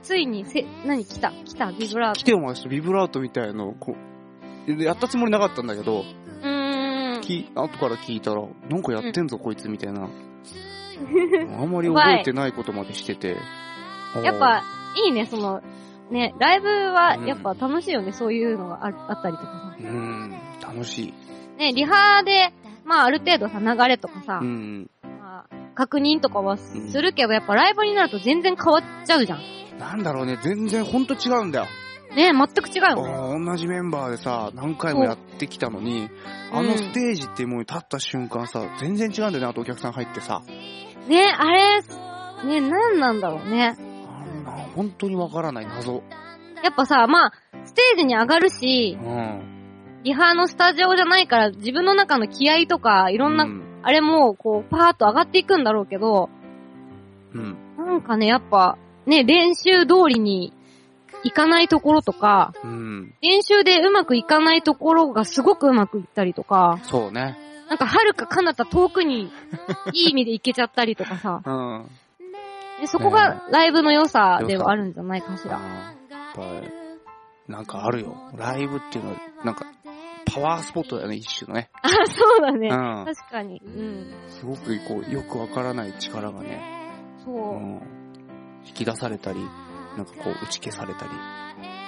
S2: ついに、せ、何、来た、来た、ビブラー
S3: 来
S2: ト。
S3: てよお前、ビブラートみたいの、こう、でやったつもりなかったんだけど、
S2: うーん。
S3: き、後から聞いたら、なんかやってんぞ、こいつみたい な。あんまり覚えてないことまでしてて。
S2: やっぱ、いいね、その、ね、ライブは、やっぱ楽しいよね、そういうのがああったりとか
S3: あー、うん、楽しい。
S2: さ。ね、リハで、まあ、ある程度さ、流れとかさ
S3: う、ん。
S2: まあ確認とかはするけど、やっぱライブになると全然変わっちゃうじゃん。
S3: なんだろうね、全然ほんと違うんだよ。
S2: ね、全く違うよね。
S3: あー同じメンバーでさ、何回もやってきたのに、あのステージっていうものに立った瞬間さ、全然違うんだよね、あとお客さん入ってさ。
S2: ね、あれ、ね、なんなんだろうね。
S3: あんな、本当にわからない謎。
S2: やっぱさ、まあ、ステージに上がるし
S3: う、ん。
S2: リハのスタジオじゃないから、自分の中の気合とか、いろんな、
S3: うん。
S2: あれも、こう、パーッと上がっていくんだろうけど、
S3: うん。
S2: なんかね、やっぱ、ね、練習通りに行かないところとか、
S3: うん。
S2: 練習でうまくいかないところがすごくうまくいったりとか、
S3: そうね。
S2: なんか遥か彼方遠くにいい意味で行けちゃったりとかさ、
S3: うん。
S2: でそこがライブの良さではあるんじゃないかしら。
S3: あーやっぱりなんかあるよ。ライブっていうのは、なんか、パワースポットだよね、一種のね。
S2: あ、そうだね
S3: う。ん。
S2: 確かに。うん。
S3: すごく、こう、よくわからない力がね、う
S2: そ
S3: ん。引き出されたり、なんかこう、打ち消された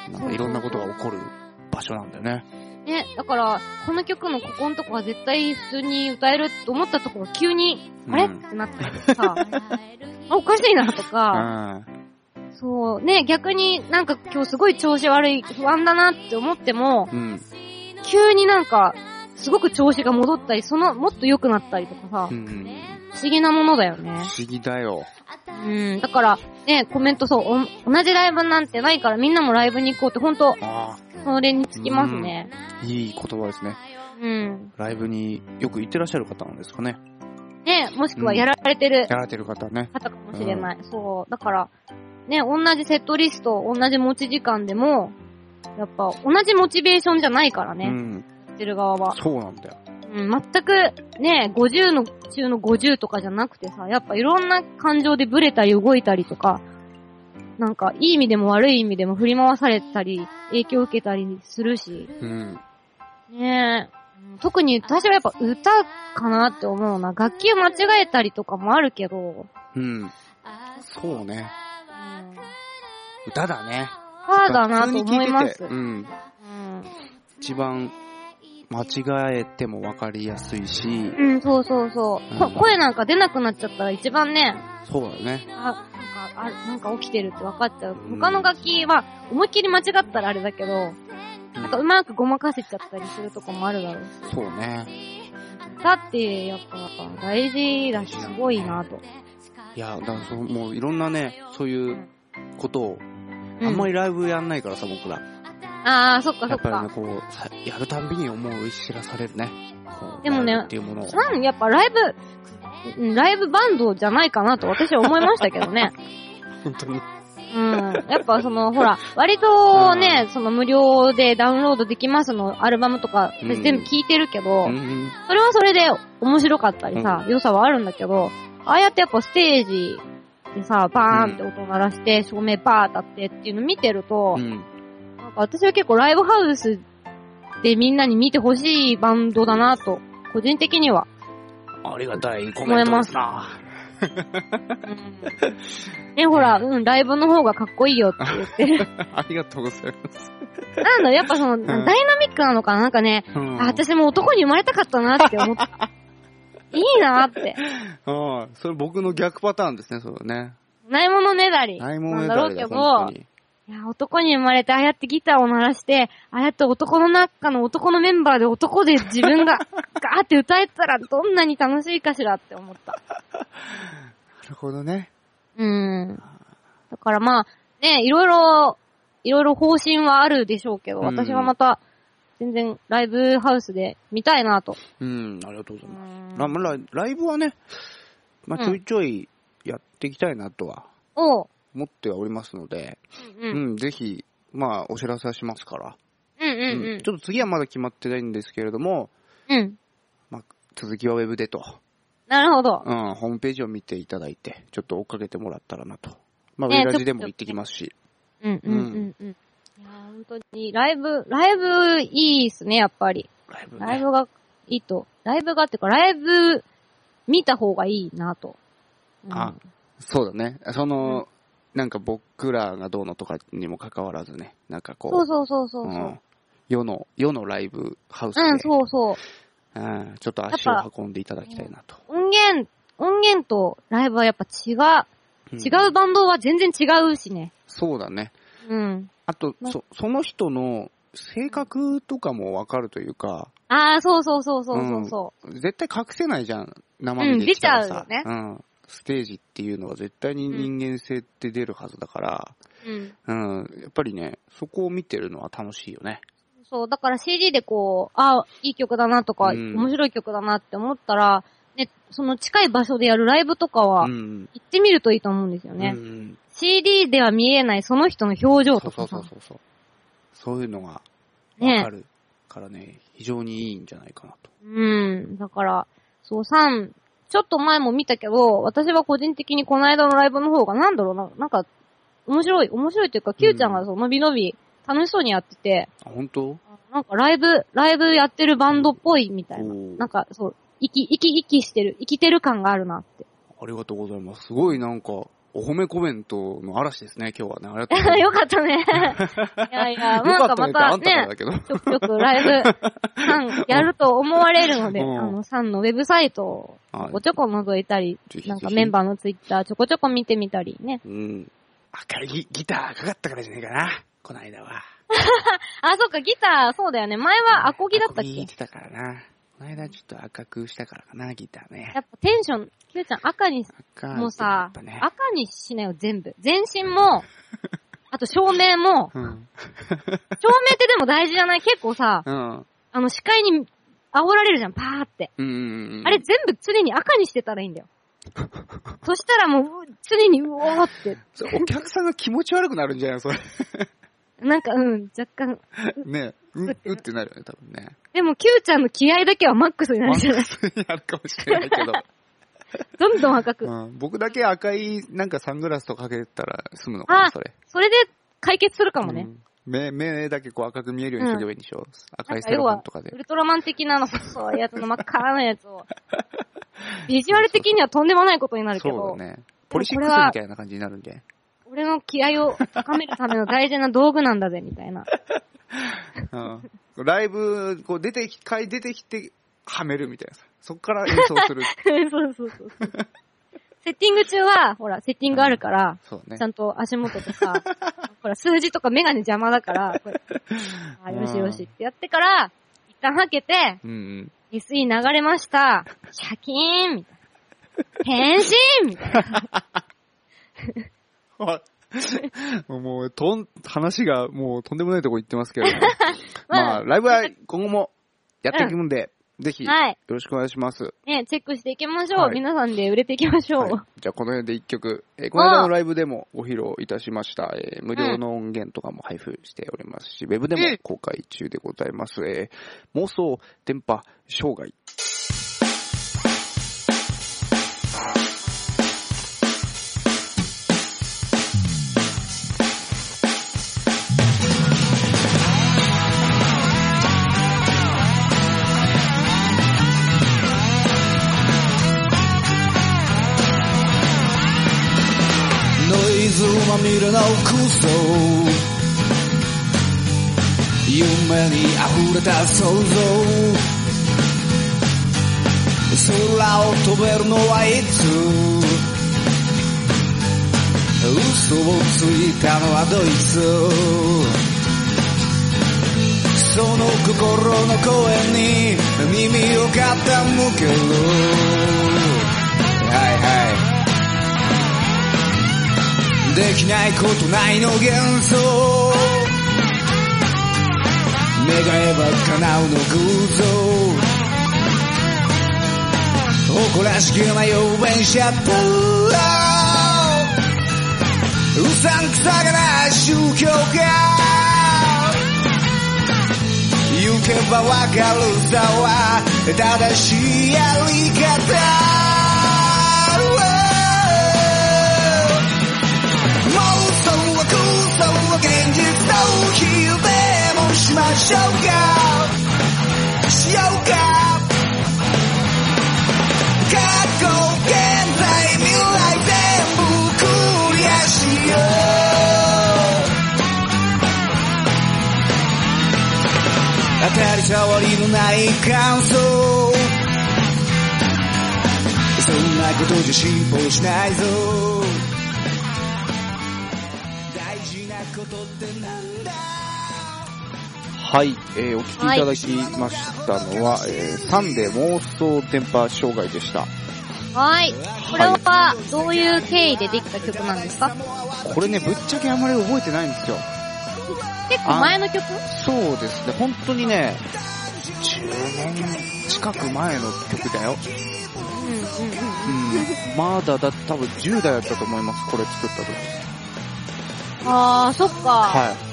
S3: り、なんかいろんなことが起こる場所なんだよね。
S2: う。ね、だから、この曲のここんとこは絶対普通に歌えると思ったところが急に、
S3: うん
S2: あれってなったりとかさ、あおかしいなと
S3: う
S2: か、
S3: ん。
S2: そう、ね、逆になんか今日すごい調子悪い、不安だなって思っても、
S3: うん。
S2: 急になんか、すごく調子が戻ったり、その、もっと良くなったりとかさ
S3: う、ん。
S2: 不思議なものだよ
S3: 不
S2: ね。
S3: 思議だよ。
S2: うん、だから、ね、コメントそう、お同じライブなんてないからみんなもライブに行こうって、ほんと、
S3: あ
S2: それにつきますね。
S3: あ、いい言葉ですね。
S2: うん。
S3: ライブによく行ってらっしゃる方なんですかね。
S2: ね、もしくはやられてる
S3: やられてる方ね。
S2: 方かもしれない。そう、だから、ね、同じセットリスト、同じ持ち時間でも、やっぱ、同じモチベーションじゃないから
S3: う
S2: ね、
S3: ん。
S2: やってる側は。
S3: そうなんだよ。
S2: うん、全く、ね、50の、中の50とかじゃなくてさ、やっぱいろんな感情でブレたり動いたりとか、なんか、いい意味でも悪い意味でも振り回されたり、影響を受けたりするし、
S3: うん。
S2: ねえ、うん特に私はやっぱ歌かなって思うな。楽器を間違えたりとかもあるけど、うん、
S3: うん。そうね。歌だね。
S2: パーだなと思いま
S3: 普通
S2: す。
S3: に聞いててうん。
S2: うん、
S3: 一番間違えても分かりやすいし、
S2: うん、そうそうそう、こ声なんか出なくなっちゃったら一番ね、
S3: そうだよね。
S2: あ、なんか、あ、なんか起きてるって分かっちゃう
S3: うん。
S2: 他の楽器は、思いっきり間違ったらあれだけど、
S3: うん
S2: なんかうまくごまかせちゃったりするとこもあるだろうし。
S3: そうね。
S2: だって、やっぱ、大事だし、すごいなと。
S3: いや、だからそのもういろんなね、そういうことを、
S2: う
S3: あんまりライブやんないからさ、僕ら。
S2: ああ、そっか
S3: や
S2: そっ
S3: っぱり
S2: か
S3: ね、。こうさ、やるたんびに思う、知らされるね。こう
S2: でもね
S3: ライブっていうものを。
S2: なんやっぱライブ、うんライブバンドじゃないかなと私は思いましたけどね。
S3: 本当に。
S2: うん。やっぱ その、ほら、割とね、その無料でダウンロードできますの、アルバムとか、
S3: うん
S2: 私全部聞いてるけど、
S3: うん。
S2: それはそれで面白かったりさ、良さはあるんだけど、ああやってやっぱステージでさ、バーンって音鳴らして、照明バー立ってっていうの見てると、
S3: うん。
S2: なんか私は結構ライブハウスでみんなに見てほしいバンドだなと、個人 的には。
S3: ありがたいコメントですな。
S2: ね、ほら、うん、ライブの方がかっこいいよっ て言っ
S3: ありがとうございます。
S2: て。なんだ、やっぱその、ダイナミックなのかななんかね、
S3: うん
S2: あ、私も男に生まれたかったなって思った。いいなって。
S3: ああ、それ僕の逆パターンですね、それね。
S2: ないものねだり。
S3: ないもんね
S2: な
S3: だ
S2: んだろ
S3: り
S2: う
S3: だ、
S2: け
S3: 本
S2: ど
S3: 当、に。
S2: いや、男に生まれて、ああやってギターを鳴らして、ああやって男の中の男のメンバーで男で自 分がガーって歌えたらどんなに楽しいかしらって思った。
S3: なるほどね。
S2: うん。だからまあ、ね、いろいろ、いろいろ方針はあるでしょうけど、
S3: うん
S2: 私はまた、全然ライブハウスで見たいなと。
S3: うん、ありがとうございます。
S2: うん
S3: ラまあラライブはね、まあ、
S2: う
S3: ち
S2: ん
S3: ょいちょいやっていきたいなとは
S2: おう。
S3: 思ってはおりますので、
S2: う
S3: うん
S2: ん、
S3: ぜひ、まあ、お知らせはしますから、
S2: うん、うん、うん
S3: うんちょっと次はまだ決まってないんですけれども、
S2: うん。うん。
S3: まあ、続きはウェブでと、
S2: なるほど。
S3: うん、ホームページを見ていただいて、ちょっと追っかけてもらったらなと。まあ、ウ
S2: ね
S3: ェブラジでも行ってきますし、
S2: うん、うん、うん、うん。いやー本当に、ライブ、ライブいいっすね、やっぱり。
S3: ライブ
S2: ライ
S3: ね。
S2: ブがいいと。ライブがっていうか、ライブ見た方がいいなと。うん
S3: あ、そうだね。その、なんか僕らがどうのとかにもかかわらずね、なんかこう、
S2: そうそうそうそう。う
S3: うん、世の、世のライブハウスで、
S2: うん、そうそう。
S3: うんちょっと足を運んでいただきたいなと。
S2: 音源、音源とライブはやっぱ違う。
S3: ん
S2: 違うバンドは全然違うしね。
S3: そうだね。
S2: うん。
S3: あと、
S2: ね
S3: そ、その人の性格とかもわかるというか、
S2: ああ、そうそうそうそうそうそ
S3: 絶対隠せないじゃん、生身で来たらさ。
S2: うん出ちゃ
S3: うんステージっていうのは絶対に人間性って出るはずだから、
S2: う。うん。
S3: うん、やっぱりね、そこを見てるのは楽しいよね。
S2: そう、だから CD でこう、ああ、いい曲だなとか、
S3: うん
S2: 面白い曲だなって思ったら、ね、その近い場所でやるライブとかは、
S3: うん。
S2: 行ってみるといいと思うんですよね。
S3: うん。
S2: CD では見えないその人の表情
S3: そう
S2: と
S3: そう
S2: か
S3: そ
S2: さ
S3: う。そうそう。そういうのがわ
S2: ね
S3: かるからね、非常にいいんじゃないかなと。
S2: うん。だから、そう、3、ちょっと前も見たけど、私は個人的にこの間のライブの方が、なんだろうな、なんか、面白い、面白いというか、Q ちゃんがそう、のびのび、楽しそうにやってて、
S3: あ、本当
S2: なんかライブ、ライブやってるバンドっぽいみたいな。
S3: おー
S2: なんか、そう、生き、生き生きしてる、生きてる感があるなって。
S3: ありがとうございます。すごいなんか、お褒めコメントの嵐ですね、今日はね。ありがとうございま
S2: よかっ たね。い やいや、
S3: す。よ
S2: な
S3: か
S2: んか
S3: ったね
S2: ま
S3: ってあんたから
S2: たね
S3: だ、けど。
S2: ちょくちょくラ イブ、3やると思われるので、あ
S3: うん
S2: の、3のウェブサイトを
S3: はい
S2: ちょこちょこ覗いたり、
S3: ぜひぜひ
S2: なんかメンバーのツイッターちょこちょこ見てみたりね。
S3: うん。明るいギギターかかったからじゃねえかな。この間は。
S2: あ、そっか、ギター、そうだよね。前はアコギだった
S3: アコ
S2: っ
S3: ギ
S2: け
S3: てたからな。この間ちょっと赤くしたからかな、ギターね
S2: や。っぱテンション、キューちゃん赤に、
S3: 赤
S2: もうさ
S3: やっ、ぱね。
S2: 赤にしなよ、全部。全身も、 あと照明も、
S3: うん。
S2: 照明ってでも大事じゃない結構さ、
S3: うん。
S2: あの視界に煽られるじゃん、パーって。
S3: うんうんうん。
S2: あれ全部常に赤にしてたらい いんだよ。そしたらもう、う常にうおーって。
S3: それお客さんが気持ち悪くなるんじゃないのそれ。
S2: なんか、うん、若干。
S3: ねう、うってなるよね、多分ね。
S2: でも、キューちゃんの気合だけはマックスにな
S3: ワ
S2: る
S3: ン
S2: じゃない
S3: スにあるかもしれないけど。
S2: どんどん赤く。
S3: うん、僕だけ赤いなんかサングラスとかけたら済むのかな、
S2: あ
S3: それ。、
S2: それで解決するかもね
S3: う。ん目、目だけこう赤く見えるようにしとけばいいんでしょ、赤
S2: なん
S3: い
S2: か
S3: セロ
S2: 要
S3: ハン
S2: は
S3: とか、で
S2: ウ。ルトラマン的なあの細いやつの真っ赤なや つを。ビジュアル的にはとんでもないことになるけ
S3: そ
S2: ど、
S3: うだね。ポリシックス
S2: これは
S3: みたいな感じになるんで。
S2: 俺の気合を高めるための大事な道具なんだぜ、みた いな。
S3: うん。ライブ、こう出てき、回出てきて、はめるみたいなさ。そこから演奏す る。
S2: そうそうそうそう。セッティング中は、ほら、セッティングあるから、
S3: そうね
S2: ちゃ。んと足元 とか、ほら、数字とかメガネ邪魔だから、これあよしよしってやってから、一旦はけて、
S3: うんうん。
S2: SE 流れました。シャキーンみたいな。変身みたいな。
S3: はいもう、とん、話がもうとんでもないとこ行ってますけれど も。ま
S2: ま
S3: あ、
S2: あ
S3: ライブは今後もやっていくんで、ぜひ、よ
S2: はい
S3: ろしくお願いします。
S2: ね、チェックしていきましょう。
S3: はい
S2: 皆さんで売れていきましょう。
S3: はい、じゃあこの辺で一曲、えーこの間のライブでもご披露いたしました、えー無料の音源とかも配布しておりますし、ウェブでも公開中でございます、えー妄想電波障害
S1: ノイズまみれの空想夢に溢れた想像空を飛べるのはいつ嘘をついたのはドイツその心の声に耳を傾けるはいはいできないことないの幻想願えば叶うの偶像誇らしげな雄弁者プロうさんくさがない宗教が行けばわかるさは正しいやり方妄想は空想は現実のひでもしましょうかしようか過去、現在、未来全部クリアしよう当たり障りのない感想そんなことじゃ進歩しないぞ大事なことってなんだ
S3: はい、えー、お聞きいただきましたのは、えー、サンデー妄想電波障害でした。
S2: はい。これは、どういう経緯でできた曲なんですか
S3: これね、ぶっちゃけあんまり覚えてないんですよ。
S2: 結構前の曲
S3: そうですね、本当にね、10年近く前の曲だよ。
S2: うんうんうん。
S3: うん。まだだ、多分10代だったと思います、これ作った時。
S2: あー、そっか。
S3: はい。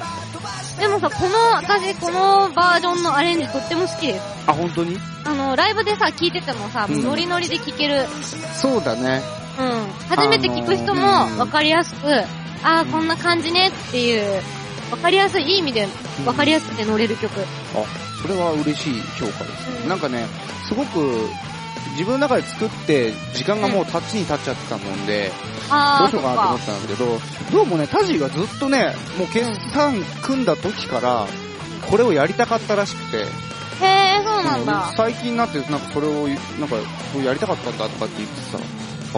S2: でもさ、この、私、このバージョンのアレンジとっても好きです。
S3: あ、本当に
S2: あの、ライブでさ、聴いててもさ、
S3: うん
S2: ノリノリで聴ける。
S3: そうだね。
S2: うん。初めて聴く人も
S3: あのーうん
S2: わかりやすく、あー、こんな感じねっていう、わかりやすい、いい意味でわかりやすくて乗れる曲。
S3: あ、それは嬉しい評価です
S2: う
S3: ね。
S2: ん
S3: なんかね、すごく、自分の中で作って、時間がもう経ちに経っちゃってたもんで、ど
S2: あ
S3: う
S2: ー、
S3: しよ
S2: そうっ
S3: かなと思
S2: か
S3: っ。てたんだけど、どうもね、タジがずっとね、もう決算組んだ時から、これをやりたかったらしくて、
S2: へー、そうなんだ。
S3: 最近になって、なんかそれを、なんか、そうやりたかったんだとかって言ってさ、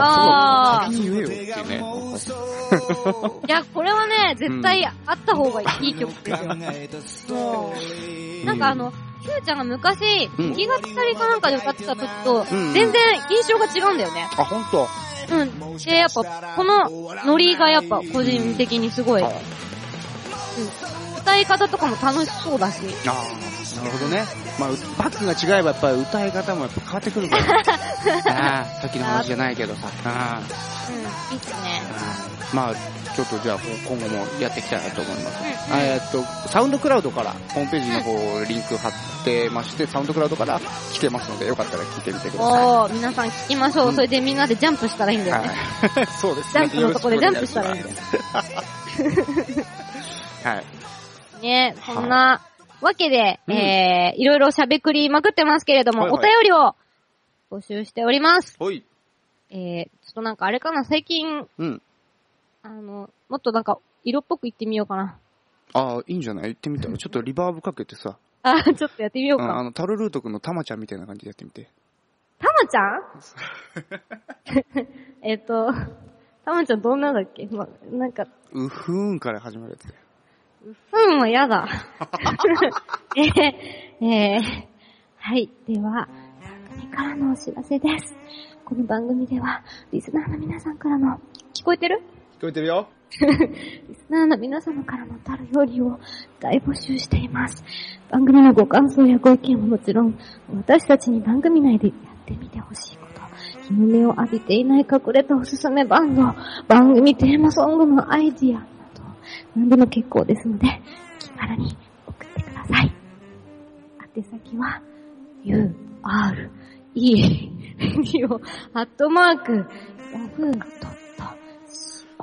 S2: あ
S3: そう
S2: ー
S3: だ先に言えよっていうね。なんか
S2: いや、これはね、絶対あった方がいい曲ですよ。もう、なんかあの、キューちゃんが昔、
S3: うん
S2: 弾き語りかなんかで歌ってた時と、
S3: うん
S2: 全然印象が違うんだよね。
S3: あ、ほんと。
S2: うん。で、やっぱ、このノリがやっぱ個人的にすごい、うん
S3: あ
S2: 歌い方とかも楽しそうだし。
S3: あー、なるほどね。まあ、うバックが違えばやっぱり歌い方もやっぱ変わってくる から。ああ、さっきの話じゃないけどさ。あー
S2: うん、いいっすね。
S3: あー、まあ、ちょっとじゃあ今後もやっていきたいなと思います。
S2: うん
S3: えーっと、サウンドクラウドからホームページの方リンク貼ってまして、サウンドクラウドから来てますので、よかったら聞いてみてください。
S2: おー、皆さん聞きましょう。それでみんなでジャンプしたらいいんだよね。
S3: はい。 そうです
S2: ジャンプのとこでジャンプしたらいいんだよ。
S3: はい。
S2: ね、そんなわけで、
S3: うん
S2: えー、いろいろ喋くりまくってますけれども、
S3: はいはい
S2: お便りを募集しております。
S3: ほい。
S2: えー、ちょっとなんかあれかな、最近、
S3: うん。
S2: あの、もっとなんか、色っぽく言ってみようかな。
S3: ああ、いいんじゃない言ってみたら。ちょっとリバーブかけてさ、
S2: あー、ちょっとやってみよう
S3: うんあ
S2: か。
S3: の、タルルート君のタマちゃんみたいな感じでやってみて。
S2: たまちゃ んえっと、たまちゃんどんなだっけま、なんか、
S3: うふーんから始まるやつ。
S2: うんはやだ。えー、えー、はい。では、番組からのお知らせです。この番組では、リスナーの皆さんからの、聞こえてる
S3: 聞こえてるよ。
S2: リスナーの皆様からのたる料理を大募集しています。番組のご感想やご意見はもちろん、私たちに番組内でやってみてほしいこと、日の目を浴びていない隠れたおすすめバンド、番組テーマソングのアイディアなど、何でも結構ですので、気軽に送ってください。宛先は、u, r, e, d o, アットマーク、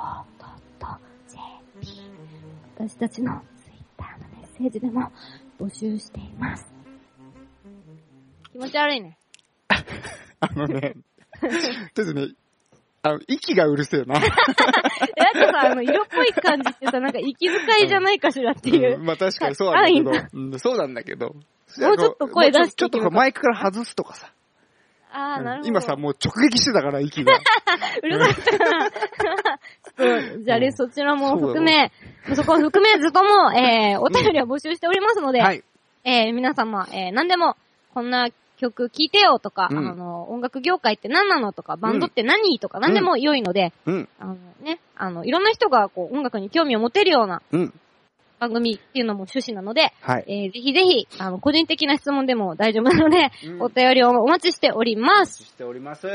S2: yahoo.co.jp 私たちのツイッターのメッセージでも募集しています。気持ち悪いね。
S3: あのね、 とりあえずね、あの、息がうるせえな。
S2: え、だってさ、あの、色っぽい感じってさ、なんか息遣いじゃないかしらっていう。
S3: うんまあ確かにそうなんだ
S2: あいい
S3: けど、うんそうなんだけど。
S2: もうちょっと声出し
S3: ち
S2: ていけば
S3: ょっとこうマイクから外すとかさ。
S2: あー、なるほど。
S3: 今さ、、もう直撃してたから、息 が。
S2: うるさかったな。ちょっと、じゃあ、 そちらも含め、そこを含めずとも、えー、お便りは募集しておりますので、
S3: はい。
S2: えー、皆様、えー、何でも、こんな曲聴いてよとか、
S3: うん
S2: あの、音楽業界って何なのとか、バンドって何とか、何でも良いので、
S3: うん、
S2: あのね、あの、いろんな人がこう、音楽に興味を持てるような
S3: うん。
S2: 番組っていうのも趣旨なので、
S3: はい。
S2: えー、ぜひぜひ、あの、個人的な質問でも大丈夫なので、
S3: うん
S2: お便りをお待ちしております。
S3: しております。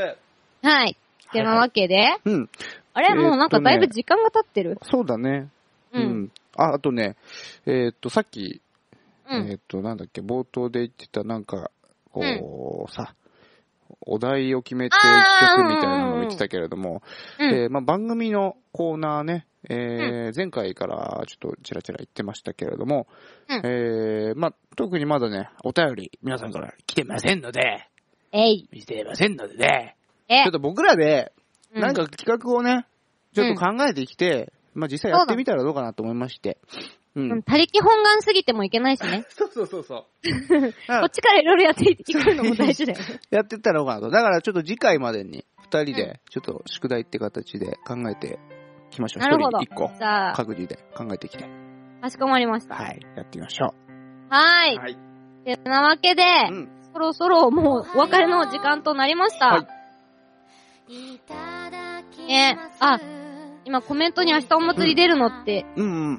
S2: はい。てなわけで、
S3: うん。
S2: あれ、
S3: えーっとね
S2: もうなんかだいぶ時間が経ってる。
S3: そうだね。
S2: うん。
S3: あ、あとね、えーっと、さっき、
S2: うん。
S3: えっ、と、なんだっけ、冒頭で言ってた、なんか、こう、さ、お題を決めて
S2: あー
S3: 曲みたいなのを言ってたけれども、
S2: うん
S3: えーまあ、番組のコーナーね、えー前回からちょっとちらちら言ってましたけれども、
S2: うん
S3: えーまあ、特にまだね、お便り、皆さんから来てませんので、
S2: えい。
S3: 見てませんのでね、
S2: え
S3: ちょっと僕らで、
S2: うん
S3: なんか企画をね、ちょっと考えてきて、まあ、実際やってみたらどうかなと思いまして、う
S2: うん
S3: ん。
S2: 他力本願すぎてもい けないしね。
S3: そうそうそうそう。
S2: こっちからいろいろやっていくのも大事だよね。
S3: やってったらどうかなと。だからちょっと次回までに二人で、ちょっと宿題って形で考えてきましょう。
S2: なるほど
S3: 一人一個。
S2: じゃあ、
S3: 各自で考えてきて。
S2: かしこまりました。
S3: はい。やってみましょう。
S2: はーい。
S3: はい。
S2: てなわけで、
S3: うん。
S2: そろそろもうお別れの時間となりました。
S3: はい
S4: えあ
S2: 今コメントに明日お祭り出るのって、
S3: うんうん。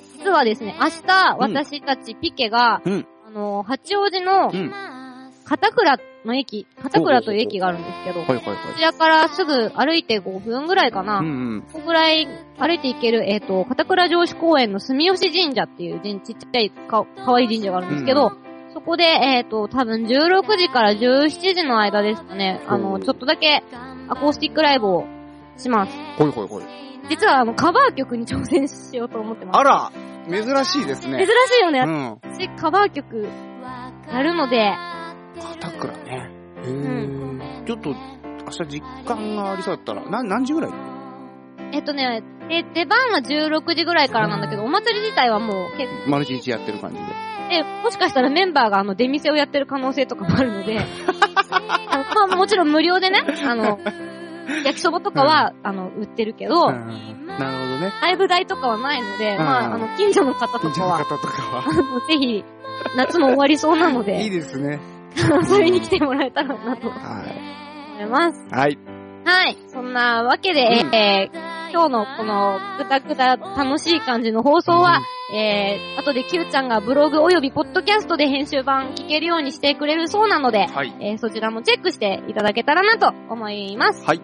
S4: 実
S2: 実は
S4: はで
S2: ですす
S4: ね
S2: ね、
S4: 明
S2: 明
S4: 日
S2: 日私たちピケが、
S3: うん
S2: あの、八王子の
S3: うん。
S2: 片倉の駅、片倉という駅があるんですけど、
S3: はいはい
S2: こ
S3: は
S2: ちらからすぐ歩いて5分ぐらいかな。
S3: い。うんうん。
S2: ここぐらい歩いて行ける、えっ、と、片倉城址公園の住吉神社っていう神ちっちゃいか、かわいい神社があるんですけど、そこで、えっ、と、多分16時から17時の間ですかね、あ
S3: ほ
S2: の、
S3: う
S2: ちょっとだけアコースティックライブをします。
S3: ほいほいほい。
S2: 実は、あの、カバー曲に挑戦しようと思ってます。
S3: あら珍しいです
S2: 珍
S3: ね。
S2: しいよね、
S3: うん。
S2: 私、カバー曲やるので、
S3: 片倉ね。へ
S2: う
S3: ーちょっと、明日実感がありそうだったら、な、何時ぐらい
S2: えっ、とね、で、出番は16時ぐらいからなんだけど、お祭り自体はもう結構、
S3: 丸一日やってる感じで。
S2: で、もしかしたらメンバーがあの、出店をやってる可能性とかもあ るので、まあもちろん無料でね、あの、焼きそばとかは、あの、売ってるけど、
S3: うんなるほどね。
S2: ライブ代とかはないので、
S3: ん
S2: まあ、あの、近所の方
S3: 近
S2: とか
S3: 所の
S2: は
S3: 方、とか
S2: あ
S3: は。
S2: の、ぜひ、夏も終わりそうなの
S3: いい
S2: で、
S3: ですね。
S2: 遊びに来てもらえたらなと思
S3: はい
S2: ます。
S3: い。はい。
S2: はい。そんなわけで、
S3: うん
S2: えー今日のこのぐだぐだ楽しい感じの放送は、えー、後で Q ちゃんがブログ及びポッドキャストで編集版聞けるようにしてくれるそうなので、
S3: はい。
S2: えーそちらもチェックしていただけたらなと思います。
S3: はい。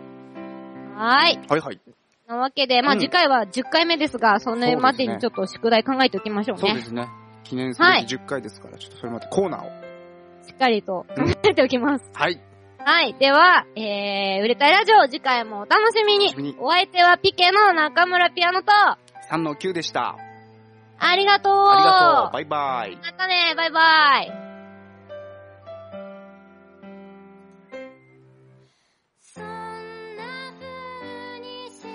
S2: はーい。
S3: はいはい。
S2: なわけで、まあ、
S3: うん
S2: 次回は10回目ですが、そ
S3: そうで
S2: れ
S3: すね
S2: までにちょっと宿題考えておきましょう
S3: そうで
S2: ね。
S3: すね。記念すべ
S2: はい
S3: き10回ですから、ちょっとそれまでコーナーを。
S2: しっかりと考えておきます。
S3: はい。
S2: はい。では、えー、売れたいラジオ、次回もお楽しみ
S3: 楽
S2: に
S3: し。みに。
S2: お相手はピケの中村ピアノと、
S3: 3の9でした。
S2: ありがとう
S3: ありがとう。バイバイ。
S2: またね、バイバイ。
S4: そんな風にして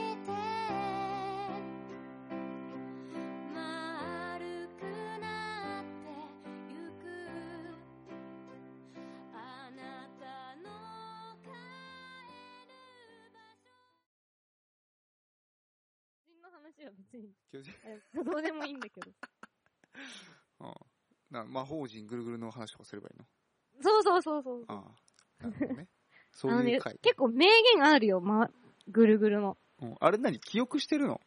S4: 丸くなってゆくあなたの帰る
S2: 人の話は別に、
S3: 教授
S2: どうでもいいんだけど。
S3: ああな魔法陣ぐるぐるの話とかすればいいの
S2: そうそうそうそう。
S3: ああ。なるほどね。そ
S2: あの
S3: うい
S2: ね
S3: う回。、
S2: 結構名言あるよ、ま、ぐるぐるの。
S3: うんあれ何記憶してるの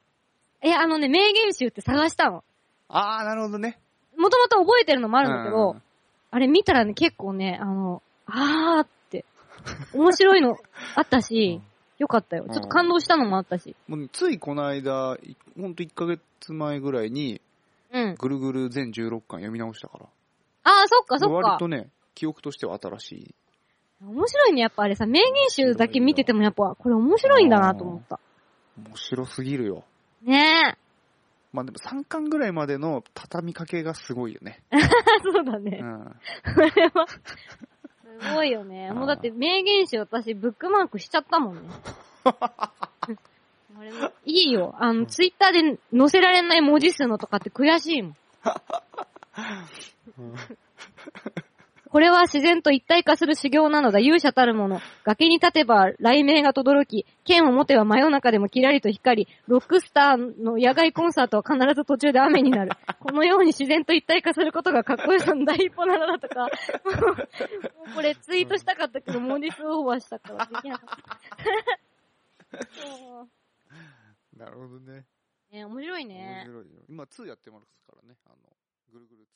S2: いや、あのね、名言集って探したの。
S3: ああ、なるほどね。
S2: もともと覚えてるのもあるんだけ
S3: うんうん
S2: ど
S3: うん、。
S2: あれ見たらね、結構ね、あの、あーって、面白いのあったし、よかったよ。
S3: うん
S2: ちょっと感動したのもあったし。
S3: もうねついこの間、いほんと1ヶ月前ぐらいに、
S2: うん。
S3: ぐるぐる全16巻読み直したから。
S2: あー、そっかそっ
S3: 割
S2: か
S3: と。ね、記憶としては新しい。
S2: 面白いね、やっぱあれさ、名言集だけ見ててもやっぱ、これ面白いんだなと思った。
S3: 面白すぎるよ。
S2: ねえ。
S3: まあでも3巻ぐらいまでの畳みかけがすごいよね。
S2: そうだ
S3: う
S2: ね。
S3: ん。
S2: これは、すごいよね。
S3: うん
S2: もうだって名言集私ブックマークしちゃったもんね。あれもいいよ。あの、ツイッターで載せられない文字数のとかって悔しいもん。これは自然と一体化する修行なのだ、勇者たるもの。崖に立てば雷鳴が轟き、剣を持てば真夜中でもキラリと光り、ロックスターの野外コンサートは必ず途中で雨になる。このように自然と一体化することがかっこよさの第一歩なのだと か、もう、もうこれツイートしたかったけど、モーリスオーバーしたから、できなかった。 そう
S3: なるほどね。
S2: ね面白いね。
S3: 面白いよ。今2やってますからね。あの、ぐるぐる2。